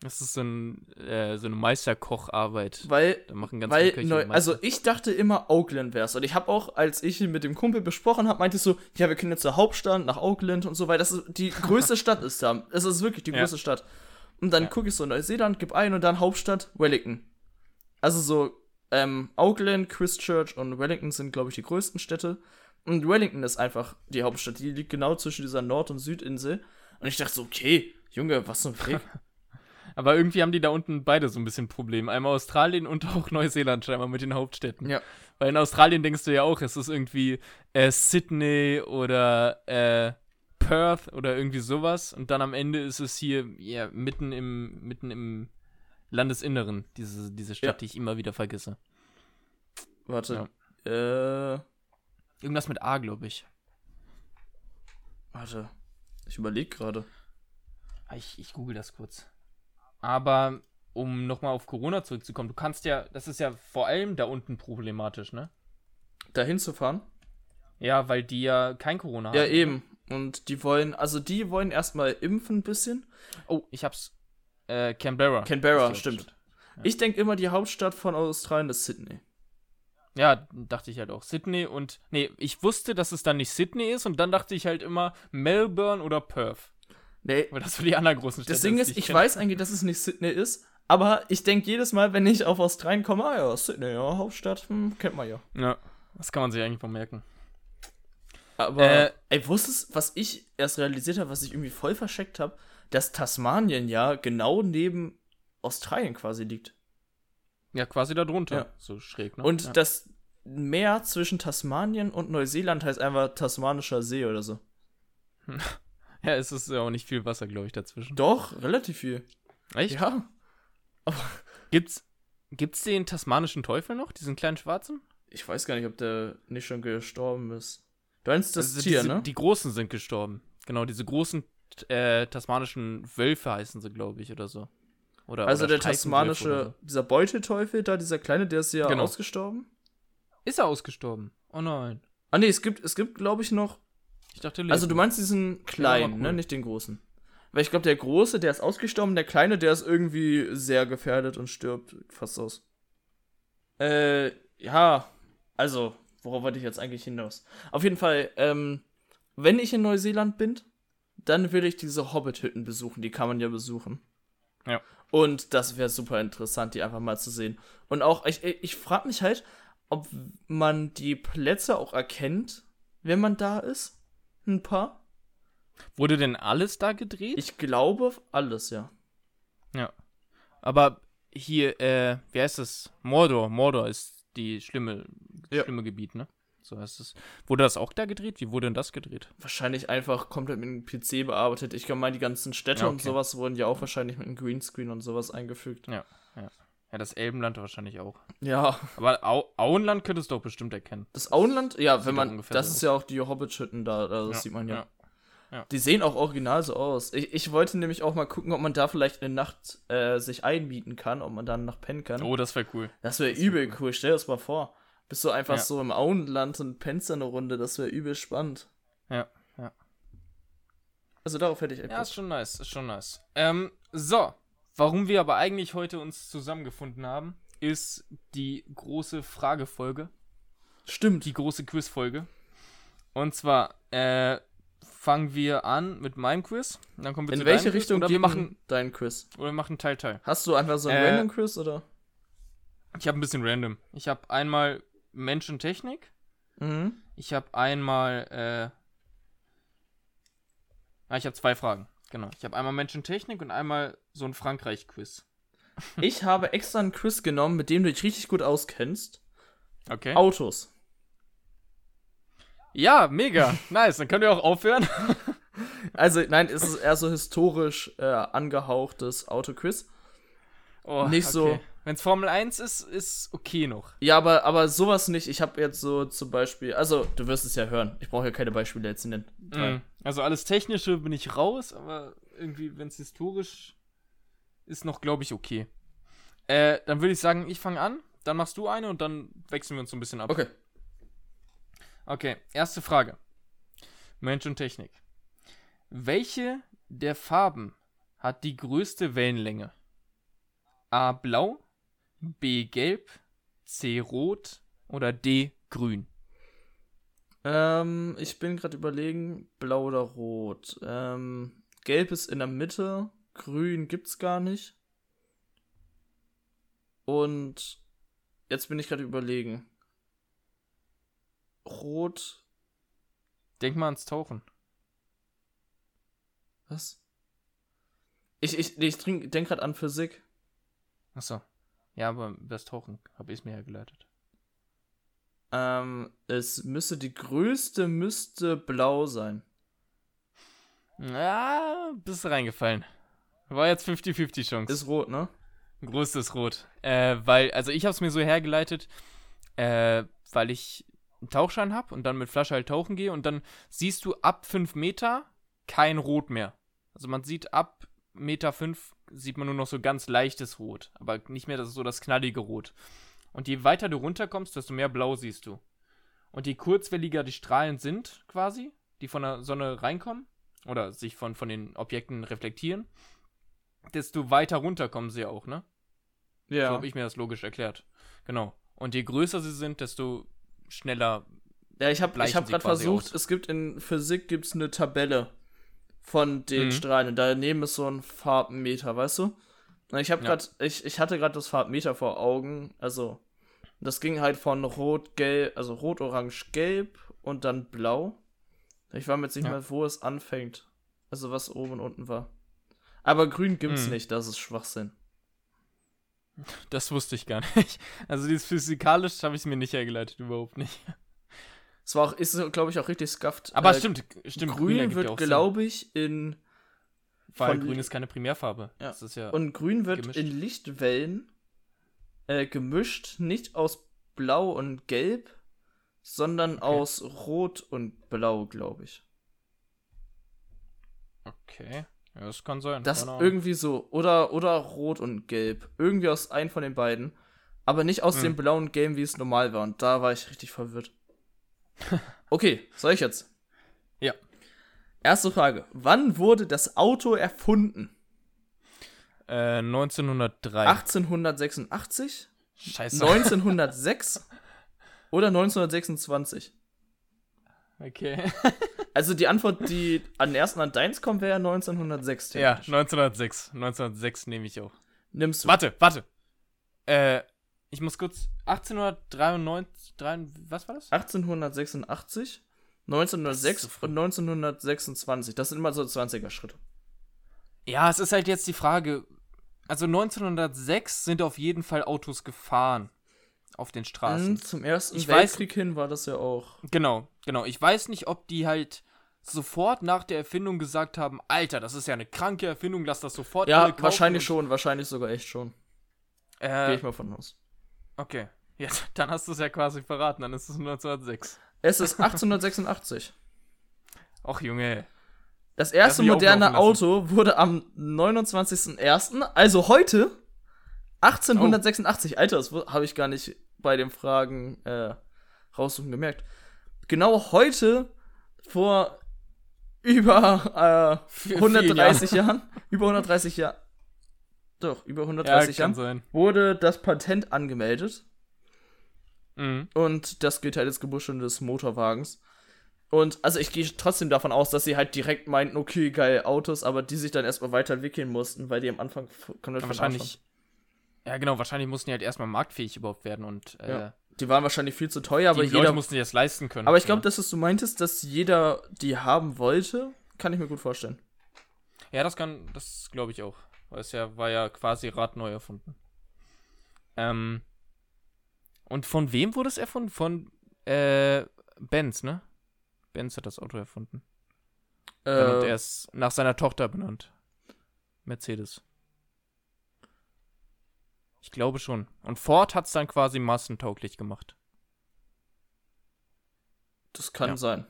B: Das ist so, ein, äh, so eine Meisterkocharbeit.
A: Weil,
B: Da machen ganz viele
A: weil
B: Köche
A: neu,
B: Meister-
A: also ich dachte immer, Auckland wär's. Und ich habe auch, als ich mit dem Kumpel besprochen habe, meinte ich so, ja, wir können jetzt zur Hauptstadt, nach Auckland und so, weil das ist, die größte Stadt ist da. Es ist wirklich die
B: Ja.
A: größte Stadt. Und dann
B: Ja.
A: gucke ich so Neuseeland, gib ein und dann Hauptstadt Wellington. Also so, ähm, Auckland, Christchurch und Wellington sind, glaube ich, die größten Städte. Und Wellington ist einfach die Hauptstadt. Die liegt genau zwischen dieser Nord- und Südinsel. Und ich dachte so, okay, Junge, was zum Frick.
B: Aber irgendwie haben die da unten beide so ein bisschen Probleme. Einmal Australien und auch Neuseeland scheinbar mit den Hauptstädten.
A: Ja.
B: Weil in Australien denkst du ja auch, es ist irgendwie äh, Sydney oder äh, Perth oder irgendwie sowas. Und dann am Ende ist es hier ja, mitten im mitten im Landesinneren, diese, diese Stadt,
A: Ja.
B: die ich immer wieder vergesse.
A: Warte. Äh,
B: Irgendwas mit A, glaube ich.
A: warte. Ich überlege gerade.
B: Ah, Ich, ich google das kurz. Aber um nochmal auf Corona zurückzukommen, du kannst ja, das ist ja vor allem da unten problematisch, ne?
A: Dahin zu fahren?
B: Ja, weil die Ah, ja kein Corona haben.
A: Ja, eben. Und die wollen, also die wollen erstmal impfen ein bisschen.
B: Oh, ich hab's. Äh, Canberra.
A: Canberra,
B: Ist die
A: stimmt.
B: Hauptstadt.
A: Ich denke immer, die Hauptstadt von Australien ist Sydney.
B: Ja, dachte ich halt auch. Sydney und. Nee, ich wusste, dass es dann nicht Sydney ist und dann dachte ich halt immer Melbourne oder Perth.
A: Nee,
B: Weil das für die anderen großen Städte
A: das Ding
B: die
A: ist, ich
B: kenn.
A: weiß eigentlich, dass es nicht Sydney ist, aber ich denke jedes Mal, wenn ich auf Australien komme, ah ja, Sydney, ja, Hauptstadt, hm, kennt man ja.
B: Ja, das kann man sich eigentlich vermerken.
A: Aber,
B: Äh,
A: ey, wusstest was ich erst realisiert habe, was ich irgendwie voll verscheckt habe, dass Tasmanien ja genau neben Australien quasi liegt.
B: Ja, quasi da drunter.
A: Ja.
B: So schräg, ne?
A: Und
B: ja.
A: das Meer zwischen Tasmanien und Neuseeland heißt einfach Tasmanischer See oder so.
B: ja, es ist ja auch nicht viel Wasser, glaube ich, dazwischen.
A: Doch, relativ viel.
B: Echt?
A: Ja.
B: Gibt's, gibt's den tasmanischen Teufel noch, diesen kleinen schwarzen?
A: Ich weiß gar nicht, ob der nicht schon gestorben ist. Du meinst das
B: Also
A: Tier,
B: diese,
A: ne?
B: Die Großen sind gestorben. Genau, diese großen äh, tasmanischen Wölfe heißen sie, glaube ich, oder so. Oder,
A: also
B: oder
A: der
B: Streifenwölfe oder
A: tasmanische, dieser Beuteteufel da, dieser kleine, der ist ja
B: Genau.
A: ausgestorben.
B: So. Ist er ausgestorben? Oh nein.
A: Ah ne, es gibt, es gibt glaube ich noch,
B: Ich dachte, er
A: also
B: lebt.
A: du meinst diesen kleinen,
B: cool.
A: ne, nicht den großen. Weil ich glaube, der große, der ist ausgestorben, der kleine, der ist irgendwie sehr gefährdet und stirbt fast aus. Äh, ja, also, worauf wollte ich jetzt eigentlich hinaus? Auf jeden Fall, ähm, wenn ich in Neuseeland bin, dann will ich diese Hobbit-Hütten besuchen, die kann man ja besuchen.
B: Ja.
A: Und das wäre super interessant, die einfach mal zu sehen. Und auch, ich, ich frage mich halt, ob man die Plätze auch erkennt, wenn man da ist. Ein paar.
B: Wurde denn alles da gedreht?
A: Ich glaube, alles, ja.
B: Aber hier, äh, wie heißt das? Mordor. Mordor ist die schlimme,
A: Ja.
B: schlimme Gebiet, ne? So heißt es. Wurde das auch da gedreht? Wie wurde denn das gedreht?
A: Wahrscheinlich einfach komplett mit einem PC bearbeitet. Ich meine, die ganzen Städte
B: Ja,
A: und
B: okay.
A: sowas wurden ja auch wahrscheinlich mit einem Greenscreen und sowas eingefügt.
B: Ja, das Elbenland wahrscheinlich auch.
A: Ja,
B: Aber Au Auenland könntest du auch bestimmt erkennen.
A: das Auenland, ja,
B: Sieht
A: wenn
B: doch
A: man,
B: ungefähr
A: das
B: so
A: ist
B: aus.
A: ja auch die Hobbit-Hütten da, da, das sieht man ja.
B: ja.
A: Die sehen auch original so aus. Ich, ich wollte nämlich auch mal gucken, ob man da vielleicht eine Nacht äh, sich einmieten kann, ob man da eine Nacht pennen kann.
B: Oh, das wäre cool.
A: das wäre
B: das wär
A: übel cool, stell dir das mal vor. Bist du einfach
B: Ja.
A: so im Auenland und pennst da eine Runde, das wäre übel spannend.
B: Ja, ja.
A: Also darauf hätte ich echt
B: Ja,
A: Bock.
B: ist schon nice, ist schon nice. Ähm, so, warum wir aber eigentlich heute uns zusammengefunden haben, ist die große Fragefolge,
A: Stimmt.
B: die große Quizfolge. Und zwar äh, fangen wir an mit meinem Quiz, dann kommen wir
A: In
B: zu
A: welche
B: deinem
A: Richtung
B: Quiz, oder wir
A: geht
B: machen
A: dein Quiz?
B: oder wir machen Teil Teil.
A: Hast du einfach so einen
B: Äh,
A: Random Quiz oder?
B: Ich habe ein bisschen random. Ich habe einmal Mensch und Technik,
A: Mhm.
B: ich habe einmal äh, ah, ich habe zwei Fragen. Genau. Ich habe einmal Mensch und Technik und einmal so ein Frankreich Quiz.
A: Ich habe extra einen Quiz genommen, mit dem du dich richtig gut auskennst.
B: Okay.
A: Autos.
B: Ja, mega. Nice. Dann können wir auch aufhören.
A: Also, nein, es ist eher so historisch äh, angehauchtes Autoquiz.
B: Oh,
A: Nicht so.
B: Wenn es Formel 1 ist, ist okay noch.
A: Ja, aber, aber sowas nicht. Ich habe jetzt so zum Beispiel, also du wirst es ja hören. Ich brauche ja keine Beispiele jetzt nennen.
B: Mhm. Also alles Technische bin ich raus, aber irgendwie, wenn es historisch ist, noch, glaube ich, okay. Äh, dann würde ich sagen, ich fange an, dann machst du eine und dann wechseln wir uns so ein bisschen ab.
A: Okay.
B: Okay, erste Frage. Mensch und Technik. Welche der Farben hat die größte Wellenlänge? A blau, B gelb, C rot oder D grün?
A: Ähm, ich bin gerade überlegen, blau oder rot. Ähm, gelb ist in der Mitte, grün gibt's gar nicht. Und jetzt bin ich gerade überlegen. Rot,
B: Denk mal ans Tauchen.
A: was? Ich, ich, nee, ich trink- denk gerade an Physik.
B: Achso. Ja, aber über das Tauchen habe ich es mir hergeleitet.
A: Ähm, es müsste, die größte müsste blau sein.
B: Ja, bist reingefallen. War jetzt 50-50 Chance.
A: Ist rot, ne?
B: Größtes Rot. Äh, weil, also ich habe es mir so hergeleitet, äh, weil ich einen Tauchschein habe und dann mit Flasche halt tauchen gehe und dann siehst du ab 5 Meter kein Rot mehr. Also man sieht ab Meter 5 sieht man nur noch so ganz leichtes Rot, aber nicht mehr das so das knallige Rot. Und je weiter du runterkommst, desto mehr Blau siehst du. Und je kurzwelliger die Strahlen sind, quasi, die von der Sonne reinkommen oder sich von, von den Objekten reflektieren, desto weiter runter kommen sie auch, ne?
A: Ja.
B: So habe ich mir das logisch erklärt. Genau. Und je größer sie sind, desto schneller.
A: Ja, ich habe ich
B: Gleichen
A: hab
B: sie
A: gerade
B: quasi
A: versucht,
B: aus.
A: es gibt in Physik gibt's eine Tabelle von den
B: Mhm.
A: Strahlen und daneben ist so ein Farbmeter, weißt du? Und ich habe
B: Ja.
A: gerade ich, ich hatte gerade das Farbmeter vor Augen, also das ging halt von rot, gelb, also rot, orange, gelb und dann blau. Ich war mir jetzt nicht
B: Ja.
A: mal, wo es anfängt. Also was oben und unten war. Aber grün gibt's
B: Mhm.
A: nicht, das ist Schwachsinn.
B: Das wusste ich gar nicht. Also dieses physikalisch habe ich es mir nicht hergeleitet, überhaupt nicht.
A: Es war auch, ist, glaube ich, auch richtig scuffed.
B: Aber
A: Äh,
B: stimmt, stimmt. grün
A: Grün
B: ergibt ja
A: wird,
B: auch Sinn,
A: glaube ich, in
B: Weil
A: von-
B: grün ist keine Primärfarbe.
A: Ja.
B: Das ist ja.
A: Und grün wird
B: Gemischt.
A: in Lichtwellen äh, gemischt, nicht aus blau und gelb, sondern aus rot und blau, glaube ich.
B: okay. Ja, das kann sein.
A: Das
B: Keine Ahnung.
A: irgendwie so. Oder, oder rot und gelb. Irgendwie aus einem von den beiden. Aber nicht aus
B: Hm.
A: dem blauen Game, wie es normal war. Und da war ich richtig verwirrt. Okay, soll ich jetzt?
B: Ja.
A: Erste Frage. Wann wurde das Auto erfunden?
B: Äh, 1903.
A: 1886?
B: scheiße.
A: 1906? oder 1926?
B: Okay.
A: Also die Antwort, die an den ersten an deins kommt, wäre 1906.
B: ja,
A: theoretisch.
B: 1906. 1906 nehme ich auch.
A: Nimmst du.
B: Warte, warte. Äh, ich muss kurz. 1893. drei- Was war das?
A: 1886, 1906
B: Das ist so früh.
A: und 1926. Das sind immer so 20er-Schritte.
B: Ja, es ist halt jetzt die Frage. Also 1906 sind auf jeden Fall Autos gefahren. Auf den Straßen.
A: Und Hm, zum Ersten
B: Ich weiß-
A: Weltkrieg hin war das ja auch.
B: Genau, genau. Ich weiß nicht, ob die halt sofort nach der Erfindung gesagt haben, Alter, das ist ja eine kranke Erfindung, lass das sofort alle
A: Ja,
B: kaufen
A: wahrscheinlich
B: und-
A: schon, wahrscheinlich sogar echt schon. Gehe
B: Äh,
A: ich mal von aus.
B: okay. Ja, dann hast du es ja quasi verraten, dann ist es 1906.
A: Es ist 1886.
B: Och, Junge.
A: Das erste
B: mich auch
A: moderne
B: laufen lassen.
A: Auto wurde am 29.01., also heute, 1886. Alter, das wu- habe ich gar nicht bei den Fragen äh, raussuchen gemerkt. Genau heute, vor über äh,
B: Vielen
A: 130 Jahren, über 130 Jahren, doch, über 130
B: ja, kann
A: Jahren,
B: sein.
A: wurde das Patent angemeldet.
B: Mhm.
A: Und das gilt halt als Geburtsstunde des Motorwagens. Und also ich gehe trotzdem davon aus, dass sie halt direkt meinten, okay, geil, Autos, aber die sich dann erstmal weiterentwickeln mussten, weil die am Anfang f- komplett
B: Ja,
A: für den Arsch
B: wahrscheinlich. Ja, genau, wahrscheinlich mussten die halt erstmal marktfähig überhaupt werden und äh,
A: Ja, waren. Die waren wahrscheinlich viel zu teuer,
B: die
A: aber
B: Leute
A: jeder.
B: mussten sich das leisten können.
A: aber ich glaube,
B: ja.
A: dass was du meintest, dass jeder die haben wollte, kann ich mir gut vorstellen.
B: Ja, das kann, das glaube ich auch. Weil es ja, war ja quasi Rad neu erfunden. Ähm. Und von wem wurde es erfunden? Von, äh, Benz, ne? Benz hat das Auto erfunden. und er
A: Äh,
B: ist nach seiner Tochter benannt. Mercedes. Ich glaube schon. Und Ford hat es dann quasi massentauglich gemacht.
A: das kann
B: ja.
A: sein.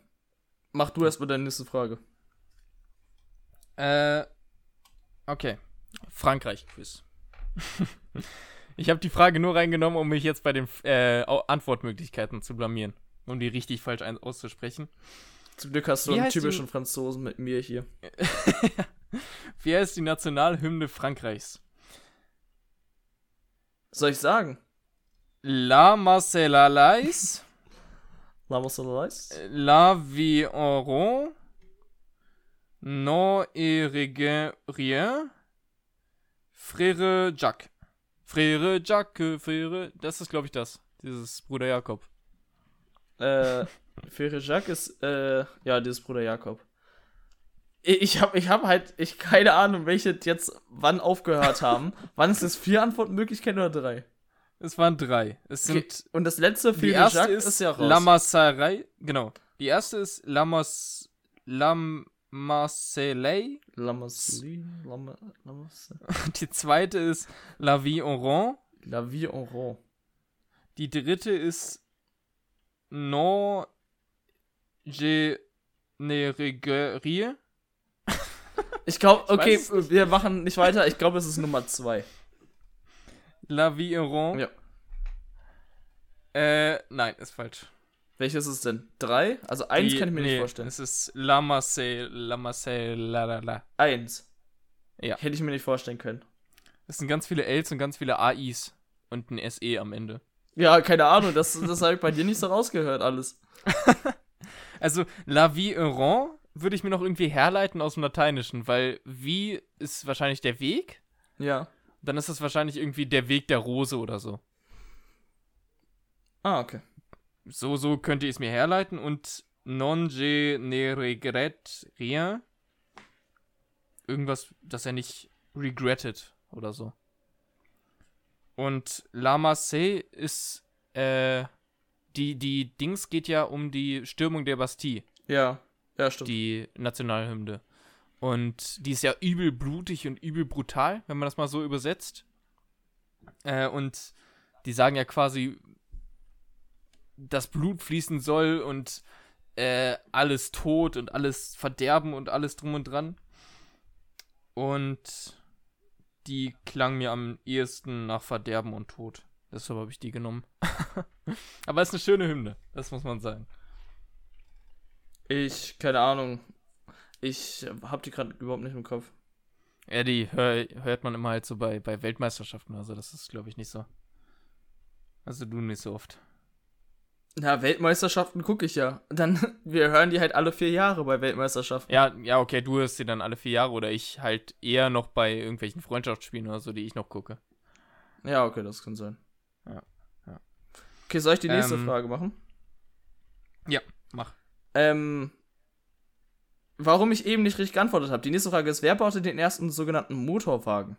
A: Mach du erstmal deine nächste Frage.
B: Äh, okay. Frankreich-Quiz. ich habe die Frage nur reingenommen, um mich jetzt bei den äh, Au- Antwortmöglichkeiten zu blamieren. Um die richtig falsch ein auszusprechen.
A: Zum Glück hast du
B: Wie
A: einen
B: heißt die-
A: typischen Franzosen mit mir hier.
B: Wie heißt die Nationalhymne Frankreichs?
A: Soll ich sagen?
B: La Marseillais,
A: Lamos Alice?
B: La Vie en Rond, Non et Rien, rien, Frère Jacques. Frère Jacques, Frère. Das ist, glaube ich, das. Dieses Bruder Jakob.
A: Äh, Fere Jacques ist, äh, ja, dieses Bruder Jakob. Ich- Ich habe ich hab halt, ich keine Ahnung, welche jetzt wann aufgehört haben. wann ist es vier Antwortmöglichkeiten oder drei?
B: Es waren drei. Es sind.
A: Und das letzte,
B: Die
A: Fere
B: erste
A: Jacques,
B: ist,
A: ist, ja raus.
B: Lamasserei. Genau. Die erste ist Lamas. Lamasselei.
A: Lamasli, Lama, Lamas,
B: Die zweite ist La Vie en Rond.
A: La vie en rond.
B: Die dritte ist Non. Je. Ne regerie.
A: Ich glaube,
B: Ich
A: okay,
B: weiß es
A: wir machen nicht weiter. Ich glaube, es ist Nummer zwei.
B: La Vie en Rond.
A: Ja.
B: Äh, nein, ist falsch.
A: Welches ist es denn? Drei? Also eins
B: Die-
A: kann ich mir
B: nee,
A: nicht vorstellen.
B: Es ist La Marseille, La Marseille, la la la.
A: Eins.
B: Ja.
A: Hätte ich mir nicht vorstellen können.
B: Es sind ganz viele Ls und ganz viele AIs und ein SE am Ende.
A: Ja, keine Ahnung, das, das habe ich bei dir nicht so rausgehört, alles.
B: Also, la vie en rond würde ich mir noch irgendwie herleiten aus dem Lateinischen, weil wie ist wahrscheinlich der Weg,
A: Ja.
B: dann ist das wahrscheinlich irgendwie der Weg der Rose oder so.
A: Ah, okay.
B: So, so könnte ich es mir herleiten und non je ne regret rien. Irgendwas, das er nicht regretted oder so. Und Lama Se ist, äh, die, die Dings geht ja um die Stürmung der Bastille,
A: Ja, ja, stimmt.
B: die Nationalhymne. Und die ist ja übel blutig und übel brutal, wenn man das mal so übersetzt. Äh, und die sagen ja quasi, dass Blut fließen soll und äh, alles tot und alles verderben und alles drum und dran. Und die klang mir am ehesten nach Verderben und Tod. Deshalb habe ich die genommen. Aber es ist eine schöne Hymne, das muss man sagen.
A: Ich, keine Ahnung. Ich hab die gerade überhaupt nicht im Kopf.
B: Ja, die hör, hört man immer halt so bei, bei Weltmeisterschaften. Also, das ist, glaube ich, nicht so. Also, du nicht so oft.
A: Na, Weltmeisterschaften gucke ich ja. Dann, wir hören die halt alle vier Jahre bei Weltmeisterschaften.
B: Ja, ja, okay, du hörst sie dann alle vier Jahre oder ich halt eher noch bei irgendwelchen Freundschaftsspielen oder so, die ich noch gucke.
A: Ja, okay, das kann sein.
B: Ja, ja.
A: Okay, soll ich die nächste
B: Ähm.
A: Frage machen?
B: Ja, mach.
A: Ähm, warum ich eben nicht richtig geantwortet habe. Die nächste Frage ist, wer baute den ersten sogenannten Motorwagen?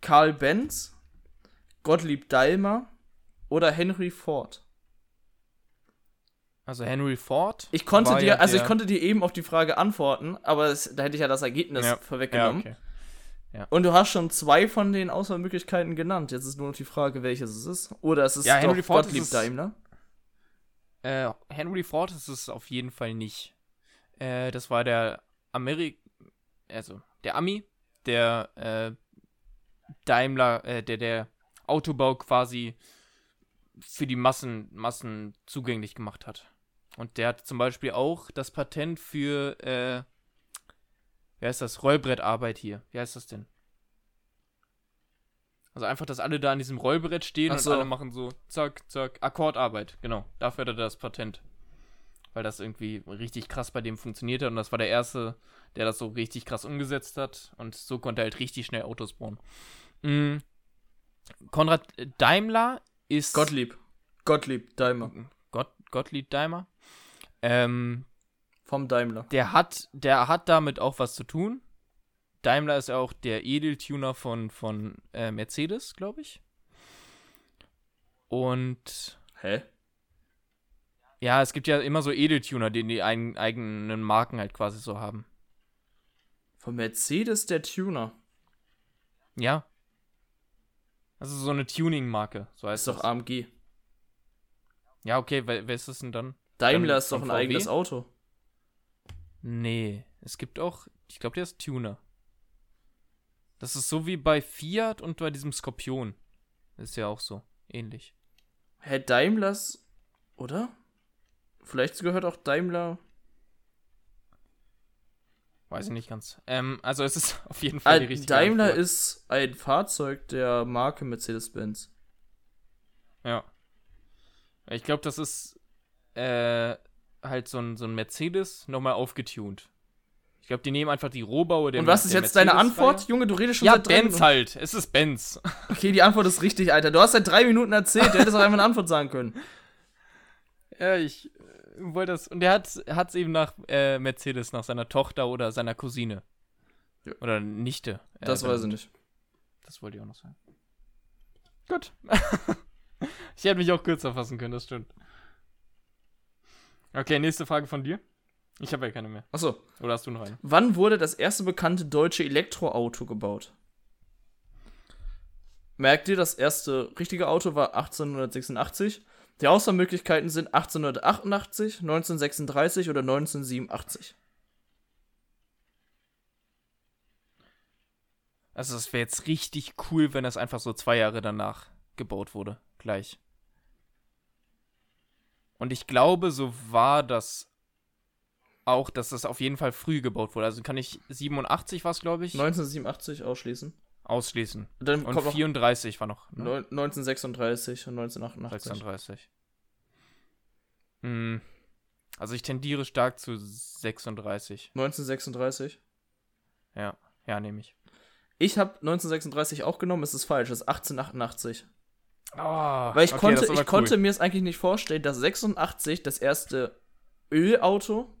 A: Karl Benz, Gottlieb Daimler oder Henry Ford?
B: Also, Henry Ford.
A: Ich konnte
B: war
A: dir,
B: ja
A: also ich
B: der-
A: konnte dir eben auf die Frage antworten, aber es, da hätte ich ja das Ergebnis
B: Ja, Ja,
A: vorweggenommen.
B: okay.
A: Und du hast schon zwei von den Auswahlmöglichkeiten genannt. Jetzt ist nur noch die Frage, welches es ist. Oder es ist
B: Ja, Henry
A: doch
B: Ford
A: Gottlieb
B: ist es-
A: Daimler.
B: Äh, Henry Ford ist es auf jeden Fall nicht. Äh, das war der Ameri also der Ami, der äh, Daimler, äh, der der Autobau quasi für die Massen, Massen zugänglich gemacht hat. Und der hat zum Beispiel auch das Patent für, äh, wie heißt das, Rollbrettarbeit hier. Wie heißt das denn? Also einfach, dass alle da an diesem Rollbrett stehen
A: Ach so.
B: und alle machen so, zack, zack, Akkordarbeit, genau. Dafür hat er das Patent. Weil das irgendwie richtig krass bei dem funktioniert hat und das war der Erste, der das so richtig krass umgesetzt hat und so konnte er halt richtig schnell Autos bauen. Mm. Konrad Daimler ist.
A: Gottlieb. Gottlieb Daimler.
B: Gott, Gottlieb Daimler. Ähm,
A: Vom Daimler.
B: der hat, der hat damit auch was zu tun. Daimler ist ja auch der Edeltuner von, von äh, Mercedes, glaube ich. Und
A: Hä?
B: ja, es gibt ja immer so Edeltuner, die die ein, eigenen Marken halt quasi so haben.
A: Vom Mercedes der Tuner.
B: Ja. Also so eine Tuning-Marke, so heißt
A: Ist doch
B: das.
A: AMG.
B: Ja, okay, wer, wer ist das denn dann?
A: Daimler
B: Dann
A: ist doch ein
B: von VW?
A: eigenes Auto.
B: Nee, es gibt auch, ich glaube, der ist Tuner. Das ist so wie bei Fiat und bei diesem Skorpion. Ist ja auch so, ähnlich.
A: Hä, Daimlers, oder? Vielleicht gehört auch Daimler.
B: Weiß ich nicht ganz. Ähm, also es ist auf jeden Fall
A: Ah,
B: die richtige
A: Daimler
B: Antwort.
A: ist ein Fahrzeug der Marke Mercedes-Benz.
B: Ja. Ich glaube, das ist äh, halt so ein, so ein Mercedes nochmal aufgetunt. Ich glaube, die nehmen einfach die Rohbaue der
A: Und was ist
B: der
A: jetzt deine
B: Mercedes-Reihe.
A: Antwort? Junge, du redest schon
B: Ja,
A: seit drei
B: Benz
A: Minuten.
B: halt. Es ist Benz.
A: Okay, die Antwort ist richtig, Alter. Du hast seit drei Minuten erzählt. Du hättest auch einfach eine Antwort sagen können.
B: Ja, ich äh, wollte das. Und er hat es eben nach äh, Mercedes, nach seiner Tochter oder seiner Cousine.
A: Ja.
B: Oder Nichte. äh,
A: Das weiß ich
B: benannt.
A: nicht.
B: Das wollte ich auch noch sagen. Gut. ich hätte mich auch kürzer fassen können, das stimmt. Okay, nächste Frage von dir. Ich habe ja keine mehr.
A: Achso.
B: Oder hast du noch eine?
A: Wann wurde das erste bekannte deutsche Elektroauto gebaut? Merkt ihr, das erste richtige Auto war 1886. Die Auswahlmöglichkeiten sind 1888, 1936 oder 1987.
B: Also, das wäre jetzt richtig cool, wenn das einfach so zwei Jahre danach gebaut wurde. Gleich. Und ich glaube, so war das auch, dass das auf jeden Fall früh gebaut wurde. Also kann ich 87 war es, glaube ich,
A: 1987 ausschließen.
B: ausschließen.
A: Und dann
B: Und
A: kommt noch
B: 34 war noch. ne?
A: neun- 1936 und 1988.
B: 36. Hm. Also ich tendiere stark zu 36.
A: 1936.
B: Ja, ja, nehme ich.
A: Ich habe 1936 auch genommen, es ist falsch, es ist 1888.
B: Oh,
A: Weil ich konnte, ich konnte mir es eigentlich nicht vorstellen, dass 86 das erste Ölauto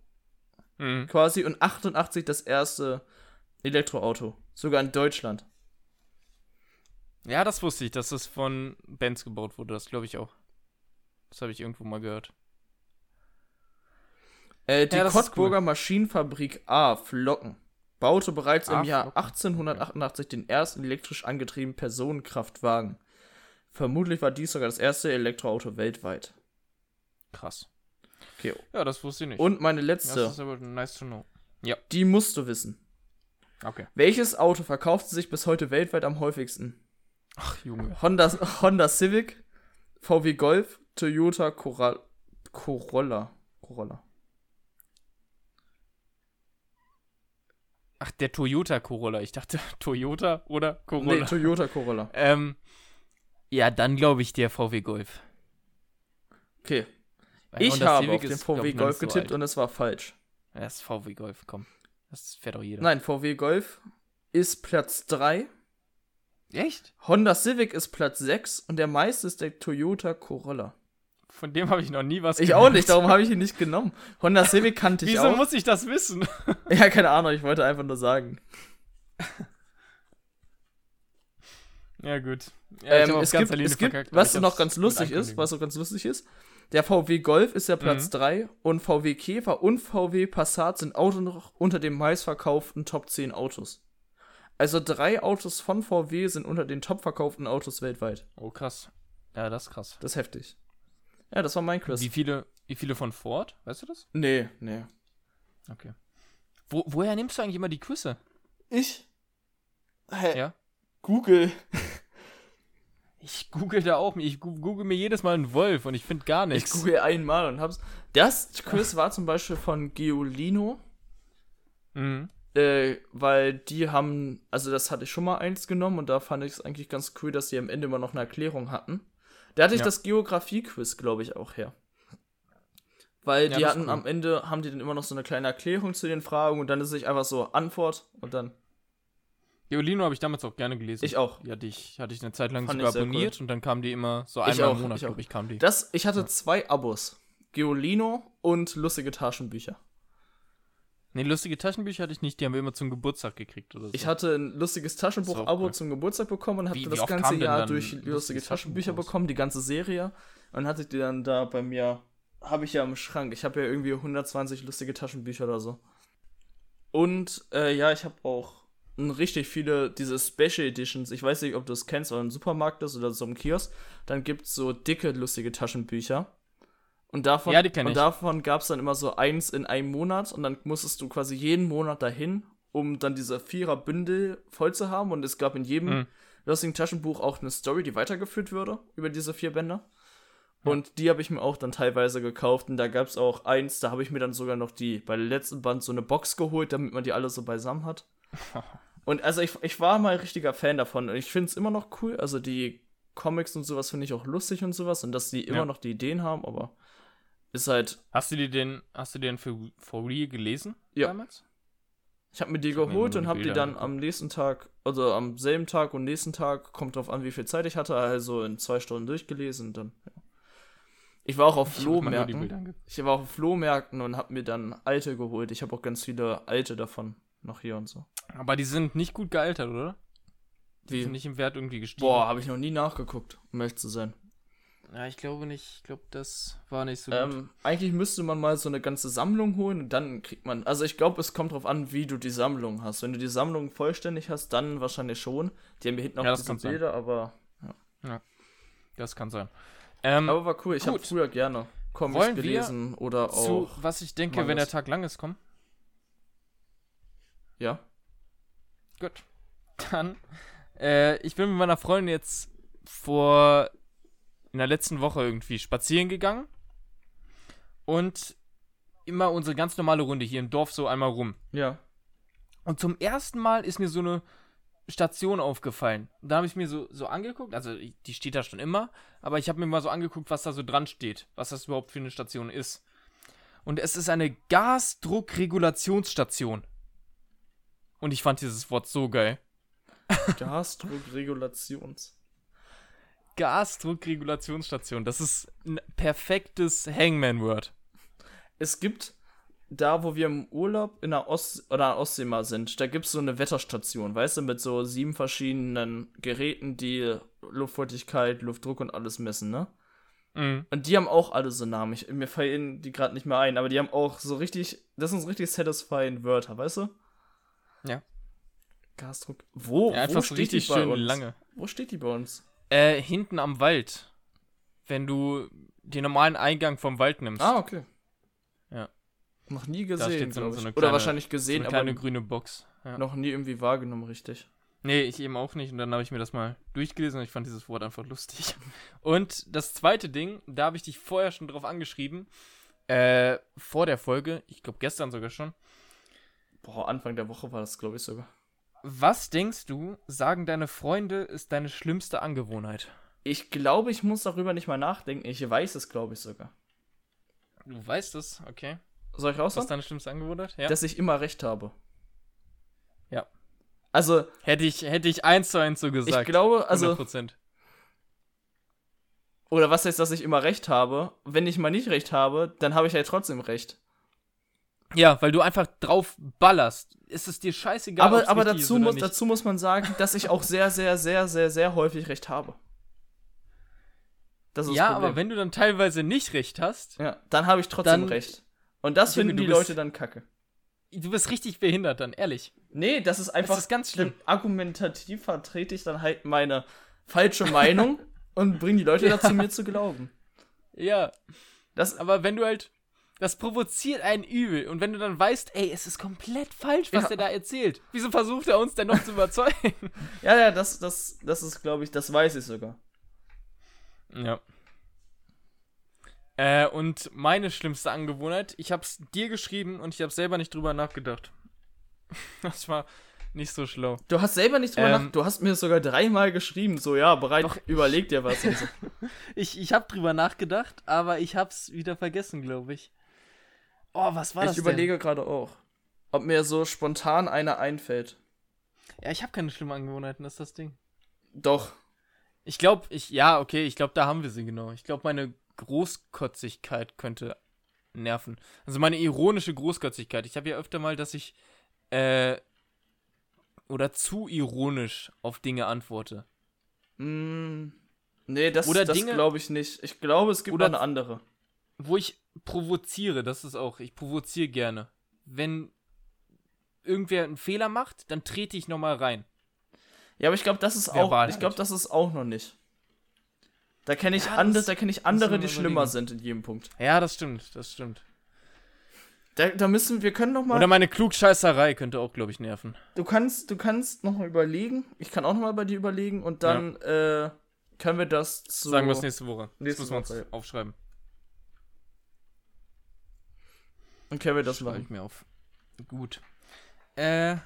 B: Mhm.
A: quasi und 88 das erste Elektroauto. Sogar in Deutschland.
B: Ja, das wusste ich, dass das von Bands gebaut wurde. Das glaube ich auch. Das habe ich irgendwo mal gehört.
A: Äh, die
B: Ja, das ist
A: Cottburger Maschinenfabrik A Flocken baute bereits
B: A.
A: im Jahr
B: Ah, Flocken.
A: 1888 den ersten elektrisch angetriebenen Personenkraftwagen. Vermutlich war dies sogar das erste Elektroauto weltweit.
B: Krass.
A: Okay.
B: Ja, das wusste ich nicht.
A: Und meine
B: das
A: letzte,
B: ist aber nice to know.
A: die musst du wissen.
B: Okay.
A: Welches Auto verkaufte sich bis heute weltweit am häufigsten?
B: Ach, Junge.
A: Honda, Honda Civic, VW Golf, Toyota Corolla. Corolla. Corolla.
B: Ach, der Toyota Corolla. Ich dachte, Toyota oder Corolla.
A: Nee, Toyota Corolla.
B: ähm, ja, dann glaube ich der VW Golf.
A: Okay.
B: Weil
A: Ich
B: Honda
A: habe
B: Civic
A: auf den
B: ist, glaub
A: VW
B: ich, noch
A: Golf
B: nicht so
A: getippt
B: alt.
A: und es war falsch.
B: Ja, das ist VW Golf, komm. Das fährt doch jeder.
A: Nein, VW Golf ist Platz 3,
B: Echt?
A: Honda Civic ist Platz 6 und der meiste ist der Toyota Corolla.
B: Von dem habe ich noch nie was
A: Ich
B: gehört.
A: auch nicht, darum habe ich ihn nicht genommen. Honda Civic kannte ich
B: Wieso
A: auch.
B: muss ich das wissen?
A: Ja, keine Ahnung, ich wollte einfach nur sagen.
B: ja, gut. Ja,
A: Ähm,
B: ich hab auch
A: es
B: ganz
A: gibt,
B: alleine
A: es gibt
B: verkackt,
A: was
B: aber ich Mhm.
A: noch
B: hab's
A: ganz
B: mit
A: lustig ist,
B: ankündigen.
A: was so ganz lustig ist, der VW Golf ist ja Platz 3 und VW Käfer und VW Passat sind auch noch unter den meistverkauften Top 10 Autos. Also drei Autos von VW sind unter den topverkauften Autos weltweit.
B: Oh, krass. Ja, das ist krass.
A: Das ist heftig. Ja, das war mein Quiz.
B: Wie viele, wie viele von Ford? Weißt du das?
A: Nee, nee.
B: Okay. Wo, woher nimmst du eigentlich immer die Quizze?
A: Ich? Hä?
B: Ja?
A: Google.
B: Ich google da auch. Ich gu- google mir jedes Mal einen Wolf und ich finde gar
A: Ich
B: nichts.
A: google einmal und hab's. Das Quiz war zum Beispiel von Geolino,
B: Mhm.
A: äh, weil die haben, also das hatte ich schon mal eins genommen und da fand ich es eigentlich ganz cool, dass sie am Ende immer noch eine Erklärung hatten. Da hatte ich
B: Ja.
A: das Geografie-Quiz, glaube ich, auch her. Weil
B: Ja,
A: die
B: das ist
A: hatten
B: cool.
A: am Ende, haben die dann immer noch so eine kleine Erklärung zu den Fragen und dann ist es einfach so Antwort und dann.
B: Geolino habe ich damals auch gerne gelesen.
A: Ich auch.
B: Ja, dich hatte ich eine Zeit lang
A: Fand
B: sogar
A: ich sehr
B: abonniert und dann kamen die immer so
A: Ich
B: einmal
A: auch,
B: im Monat,
A: ich auch.
B: glaube ich, kamen die.
A: Das, ich hatte zwei Abos. Geolino und lustige Taschenbücher.
B: Nee, lustige Taschenbücher hatte ich nicht, die haben wir immer zum Geburtstag gekriegt oder so.
A: Ich hatte ein lustiges
B: Ist auch
A: Taschenbuch-Abo
B: cool.
A: zum Geburtstag bekommen und hatte
B: Wie- wie
A: das
B: oft
A: ganze
B: kam denn
A: Jahr
B: dann
A: durch
B: ein
A: lustige
B: lustiges Taschenbuch
A: Taschenbücher
B: raus?
A: bekommen, die ganze Serie. Und hatte ich die dann da bei mir, habe ich ja im Schrank. Ich habe ja irgendwie 120 lustige Taschenbücher oder so. Und äh, ja, ich habe auch n- richtig viele diese Special Editions. Ich weiß nicht, ob du es kennst, weil im Supermarkt ist oder so im Kiosk. Dann gibt es so dicke lustige Taschenbücher. Und davon,
B: Ja, die kenn
A: und
B: ich.
A: davon gab es dann immer so eins in einem Monat und dann musstest du quasi jeden Monat dahin, um dann diese Vierer-Bündel voll zu haben. Und es gab in jedem
B: Mhm.
A: lustigen Taschenbuch auch eine Story, die weitergeführt würde über diese vier Bänder. Und die habe ich mir auch dann teilweise gekauft. Und da gab es auch eins, da habe ich mir dann sogar noch die bei der letzten Band so eine Box geholt, damit man die alle so beisammen hat. und also ich, ich war mal richtiger Fan davon. Und ich finde es immer noch cool. Also die Comics und sowas finde ich auch lustig und sowas. Und dass die immer
B: Ja.
A: noch die Ideen haben, aber ist halt.
B: Hast du die denn, hast du die denn für, for real gelesen
A: Ja.
B: damals?
A: Ich habe mir die
B: hab mir
A: geholt
B: immer
A: und
B: nur
A: habe
B: die
A: die
B: Bilder
A: dann am nächsten Tag, also am selben Tag und nächsten Tag, kommt drauf an, wie viel Zeit ich hatte, also in zwei Stunden durchgelesen. und Dann, ja. Ich war auch auf
B: Ich hab immer nur die
A: Flohmärkten.
B: Bilder angeguckt.
A: Ich war auch auf Flohmärkten und habe mir dann alte geholt. Ich habe auch ganz viele alte davon noch hier und so.
B: Aber die sind nicht gut gealtert, oder? Die sind
A: Wie?
B: nicht im Wert irgendwie gestiegen.
A: Boah, habe ich noch nie nachgeguckt, um ehrlich zu sein.
B: Ja, ich glaube nicht. Ich glaube, das war nicht so gut.
A: Ähm, eigentlich müsste man mal so eine ganze Sammlung holen und dann kriegt man. Also ich glaube, es kommt drauf an, wie du die Sammlung hast. Wenn du die Sammlung vollständig hast, dann wahrscheinlich schon. Die haben hier hinten auch
B: Ja, das
A: diese
B: kann sein.
A: Bilder, aber.
B: Das kann sein. Ähm,
A: Aber war cool, ich habe
B: Gut.
A: früher gerne Comics
B: Wollen wir
A: gelesen oder
B: zu
A: auch.
B: was ich denke, wenn
A: Mangas.
B: der Tag lang ist, komm.
A: Ja.
B: Gut. Dann, äh, ich bin mit meiner Freundin jetzt vor in der letzten Woche irgendwie spazieren gegangen und immer unsere ganz normale Runde hier im Dorf so einmal rum.
A: Ja.
B: Und zum ersten Mal ist mir so eine Station aufgefallen. Da habe ich mir so, so angeguckt, also ich- die steht da schon immer, aber ich habe mir mal so angeguckt, was da so dran steht, was das überhaupt für eine Station ist. Und es ist eine Gasdruckregulationsstation. Und ich fand dieses Wort so geil.
A: Gasdruckregulations.
B: Gasdruckregulationsstation, das ist ein perfektes Hangman-Word.
A: Es gibt da, wo wir im Urlaub in der Ost oder an der Ostsee mal sind, da gibt es so eine Wetterstation, weißt du, mit so sieben verschiedenen Geräten, die Luftfeuchtigkeit, Luftdruck und alles messen, ne?
B: Mhm.
A: Und die haben auch alle so Namen. Ich, mir fallen die gerade nicht mehr ein, aber die haben auch so richtig, das sind so richtig satisfying Wörter, weißt du?
B: Ja.
A: Gasdruck. Wo,
B: Ja,
A: wo
B: einfach so
A: steht die
B: richtig
A: bei
B: schön
A: uns?
B: lange.
A: Wo steht die bei uns?
B: Äh, hinten am Wald. Wenn du den normalen Eingang vom Wald nimmst.
A: Ah, okay.
B: Ja.
A: Noch nie gesehen,
B: steht so-
A: glaub
B: so
A: ich.
B: eine
A: Oder
B: kleine-
A: wahrscheinlich gesehen,
B: so eine
A: aber
B: kleine grüne Box. Ja.
A: noch nie irgendwie wahrgenommen, richtig.
B: Nee, ich eben auch nicht. Und dann habe ich mir das mal durchgelesen und ich fand dieses Wort einfach lustig. Und das zweite Ding, da habe ich dich vorher schon drauf angeschrieben. Äh, vor der Folge, ich glaube gestern sogar schon.
A: Boah, Anfang der Woche war das, glaube ich, sogar.
B: Was denkst du, sagen deine Freunde, ist deine schlimmste Angewohnheit?
A: Ich glaube, ich muss darüber nicht mal nachdenken. Ich weiß es, glaube ich, sogar.
B: Du weißt es, okay.
A: Soll ich
B: Was
A: raushauen?
B: ist deine schlimmste Angewohnheit? Ja.
A: Dass ich immer recht habe.
B: Ja.
A: Also,
B: hätte, ich, hätte ich eins zu eins so gesagt.
A: ich glaube, also,
B: 100%.
A: oder was heißt, dass ich immer recht habe? Wenn ich mal nicht recht habe, dann habe ich halt trotzdem recht.
B: Ja, weil du einfach drauf ballerst. Ist es dir scheißegal, ob's
A: aber aber
B: richtig ist
A: dazu,
B: oder
A: muss,
B: nicht.
A: dazu muss man sagen, dass ich auch sehr, sehr, sehr, sehr, sehr häufig recht habe. Das ist
B: Ja,
A: das Problem.
B: aber wenn du dann teilweise nicht recht hast,
A: Ja, dann habe ich trotzdem
B: Dann-
A: recht. Und das
B: Junge,
A: finden die
B: du bist-
A: Leute dann kacke.
B: du bist richtig behindert dann, ehrlich.
A: Nee, das ist einfach.
B: Das ist ganz schlimm.
A: Argumentativ vertrete ich dann halt meine falsche Meinung und bringe die Leute dazu, mir zu glauben.
B: Ja,
A: Das,
B: aber wenn du halt. Das provoziert einen übel. Und wenn du dann weißt, ey, es ist komplett falsch, was
A: Ja.
B: der da erzählt. Wieso versucht er uns denn noch zu überzeugen?
A: ja, ja, das, das, das ist, glaube ich, das weiß ich sogar.
B: Ja. Äh, und meine schlimmste Angewohnheit, ich hab's dir geschrieben und ich hab selber nicht drüber nachgedacht. Das war nicht so schlau.
A: Du hast selber nicht drüber
B: Ähm.
A: nach. Du hast mir sogar dreimal geschrieben, so, ja, bereit,
B: Doch,
A: überleg dir was. Und so.
B: Ich, ich hab drüber nachgedacht, aber ich hab's wieder vergessen, glaube ich. Oh, was war das
A: Ich überlege gerade auch, ob mir so spontan einer einfällt.
B: denn? Ja, ich hab keine schlimmen Angewohnheiten, das ist das Ding.
A: Doch.
B: Ich glaube, ich, ja, okay, ich glaube, da haben wir sie genau. Ich glaube, meine Großkotzigkeit könnte nerven. Also meine ironische Großkotzigkeit. Ich habe ja öfter mal, dass ich äh, oder zu ironisch auf Dinge antworte.
A: Mm, nee, das,
B: Oder
A: das
B: Dinge-
A: glaube ich nicht. Ich glaube, es gibt
B: Oder-
A: noch eine andere.
B: Wo ich provoziere, das ist auch, ich provoziere gerne. Wenn irgendwer einen Fehler macht, dann trete ich nochmal rein.
A: Ja, aber ich glaube, das ist auch.
B: Verbal
A: Ich glaube,
B: halt.
A: das ist auch noch nicht. Da kenne ich,
B: Ja,
A: andere,
B: das
A: da kenn ich
B: man
A: andere,
B: mal
A: die
B: überlegen.
A: schlimmer sind in jedem Punkt.
B: Ja, das stimmt, das stimmt.
A: Da, da müssen wir können noch mal.
B: Oder meine Klugscheißerei könnte auch, glaube ich, nerven.
A: du kannst, du kannst noch mal überlegen. Ich kann auch noch mal bei dir überlegen und dann äh, können wir das zu.
B: Sagen wir es nächste Woche.
A: Nächste
B: das müssen wir
A: Woche,
B: uns aufschreiben.
A: Und können wir das
B: Schreibe
A: machen.
B: ich mir auf. Gut. Äh,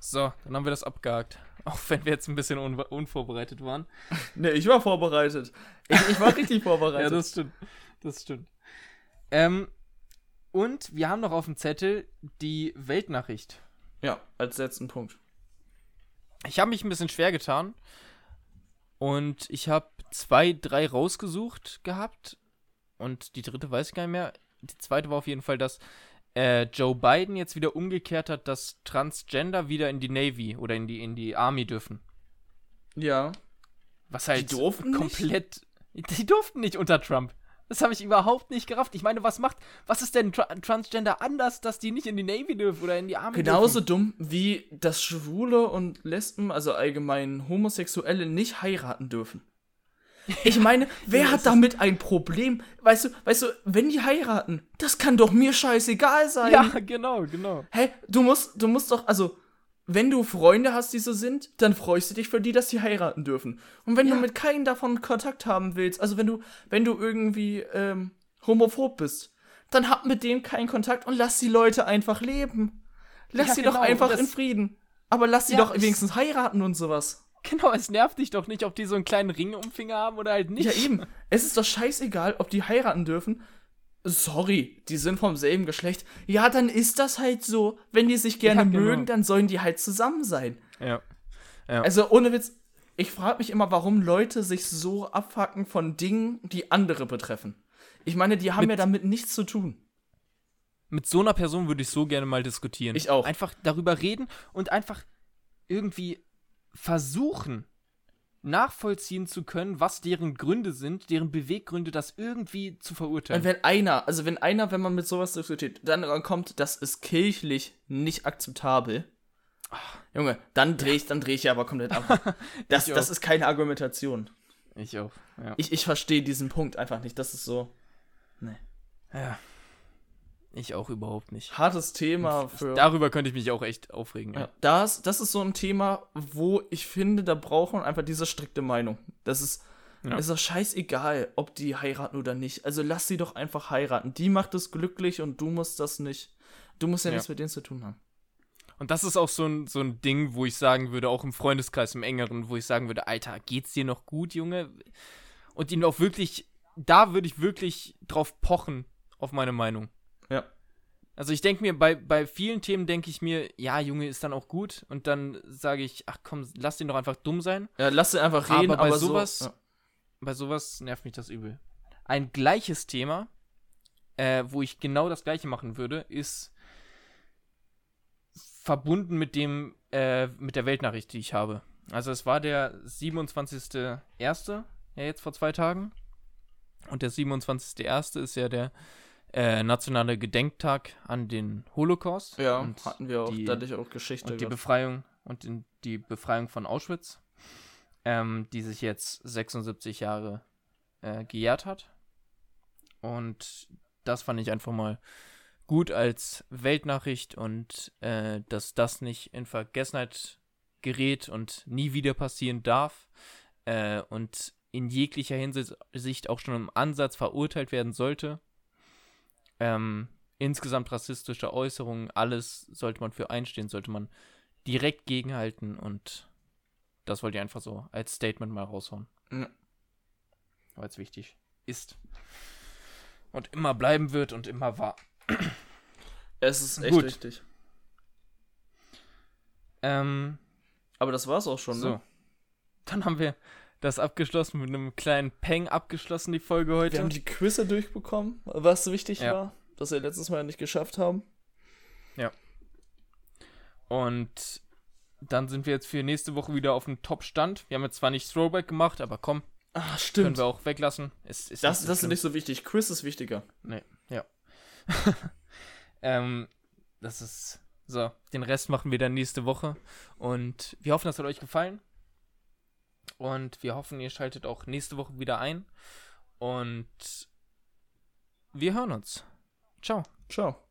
B: so, dann haben wir das abgehakt. Auch wenn wir jetzt ein bisschen un unvorbereitet waren.
A: Nee, ich war vorbereitet. Ich, ich war richtig vorbereitet.
B: stimmt. Das stimmt. Ähm, und wir haben noch auf dem Zettel die Weltnachricht.
A: ja, als letzten Punkt.
B: Ich habe mich ein bisschen schwer getan. Und ich habe zwei, drei rausgesucht gehabt. Und die dritte weiß ich gar nicht mehr. Die zweite war auf jeden Fall, dass äh, Joe Biden jetzt wieder umgekehrt hat, dass Transgender wieder in die Navy oder in die, in die Army dürfen.
A: Ja.
B: Was halt
A: Die durften nicht?
B: komplett. Die durften nicht unter Trump. Das habe ich überhaupt nicht gerafft. Ich meine, was macht, was ist denn Tra Transgender anders, dass die nicht in die Navy dürfen oder in die Army
A: Genauso
B: dürfen?
A: dumm wie dass Schwule und Lesben, also allgemein Homosexuelle, nicht heiraten dürfen. Ich meine, wer
B: Ja, es
A: hat
B: ist-
A: damit ein Problem? Weißt du, weißt du, wenn die heiraten, das kann doch mir scheißegal sein.
B: Ja, genau, genau.
A: Hä? Du musst, du musst doch, also, wenn du Freunde hast, die so sind, dann freust du dich für die, dass sie heiraten dürfen. Und wenn du mit keinem davon Kontakt haben willst, also wenn du, wenn du irgendwie ähm, homophob bist, dann hab mit dem keinen Kontakt und lass die Leute einfach leben. Lass
B: Ja,
A: sie doch
B: genau,
A: einfach
B: das-
A: in Frieden. Aber lass sie
B: Ja,
A: doch
B: es-
A: wenigstens heiraten und sowas.
B: Genau, es nervt dich doch nicht, ob die so einen kleinen Ring um den Finger haben oder halt nicht.
A: Ja, eben. Es ist doch scheißegal, ob die heiraten dürfen. Sorry, die sind vom selben Geschlecht. Ja, dann ist das halt so. Wenn die sich gerne
B: Ja, genau.
A: mögen, dann sollen die halt zusammen sein.
B: Ja.
A: Also ohne Witz, ich frage mich immer, warum Leute sich so abfacken von Dingen, die andere betreffen. Ich meine, die haben
B: Mit-
A: ja damit nichts zu tun.
B: Mit so einer Person würde ich so gerne mal diskutieren.
A: Ich auch.
B: Einfach darüber reden und einfach irgendwie versuchen, nachvollziehen zu können, was deren Gründe sind, deren Beweggründe, das irgendwie zu verurteilen.
A: Und wenn einer, also wenn einer, wenn man mit sowas diskutiert, dann kommt, das ist kirchlich nicht akzeptabel. Junge, dann dreh ich, dann dreh ich ja aber komplett ab. Das,
B: Ich
A: das ist keine Argumentation.
B: ich auch. Ja.
A: Ich, ich verstehe diesen Punkt einfach nicht. Das ist so
B: ja. Ich auch überhaupt nicht.
A: hartes Thema für.
B: Darüber könnte ich mich auch echt aufregen. Ja.
A: Ja, das, das ist so ein Thema, wo ich finde, da braucht man einfach diese strikte Meinung. Das ist,
B: Ja.
A: ist doch scheißegal, ob die heiraten oder nicht. Also lass sie doch einfach heiraten. Die macht es glücklich und du musst das nicht. Du musst ja,
B: Ja.
A: nichts mit denen zu tun haben.
B: Und das ist auch so ein, so ein Ding, wo ich sagen würde, auch im Freundeskreis, im engeren, wo ich sagen würde, Alter, geht's dir noch gut, Junge? Und ihn auch wirklich, da würde ich wirklich drauf pochen, auf meine Meinung.
A: Ja.
B: Also ich denke mir, bei, bei vielen Themen denke ich mir, ja, Junge, ist dann auch gut. Und dann sage ich, ach komm, lass den doch einfach dumm sein.
A: Ja, lass sie einfach reden,
B: Aber bei
A: aber,
B: sowas-
A: so. Ja.
B: Bei sowas nervt mich das übel. Ein gleiches Thema, äh, wo ich genau das gleiche machen würde, ist verbunden mit dem, äh, mit der Weltnachricht, die ich habe. Also es war der 27.01., ja jetzt vor zwei Tagen. Und der 27.01. ist ja der äh, nationale Gedenktag an den Holocaust.
A: Ja,
B: und
A: hatten wir auch
B: die-
A: dadurch auch Geschichte.
B: und die
A: gehabt.
B: Befreiung und in die Befreiung von Auschwitz, ähm, die sich jetzt 76 Jahre äh, gejährt hat. Und das fand ich einfach mal gut als Weltnachricht und äh, dass das nicht in Vergessenheit gerät und nie wieder passieren darf äh, und in jeglicher Hinsicht auch schon im Ansatz verurteilt werden sollte. Ähm, insgesamt rassistische Äußerungen, alles sollte man für einstehen, sollte man direkt gegenhalten und das wollte ich einfach so als Statement mal raushauen.
A: Ja.
B: Weil es wichtig ist. Und immer bleiben wird und immer war.
A: es ist echt
B: Gut.
A: richtig.
B: Ähm,
A: Aber das war's auch schon,
B: so.
A: ne?
B: Dann haben wir das abgeschlossen, mit einem kleinen Peng abgeschlossen, die Folge
A: Wir
B: heute.
A: haben die Quizze durchbekommen, was wichtig
B: Ja.
A: war, dass wir letztes Mal nicht geschafft haben.
B: Und dann sind wir jetzt für nächste Woche wieder auf dem Top-Stand. Wir haben jetzt zwar nicht Throwback gemacht, aber komm,
A: Ah,
B: können
A: stimmt.
B: wir auch weglassen. Ist, ist
A: Das,
B: so
A: das ist
B: schlimm.
A: nicht so wichtig. Quiz ist wichtiger.
B: Nee, ja. ähm, das ist. So, den Rest machen wir dann nächste Woche. Und wir hoffen, das hat euch gefallen. Und wir hoffen, ihr schaltet auch nächste Woche wieder ein. Und wir hören uns. Ciao.
A: Ciao.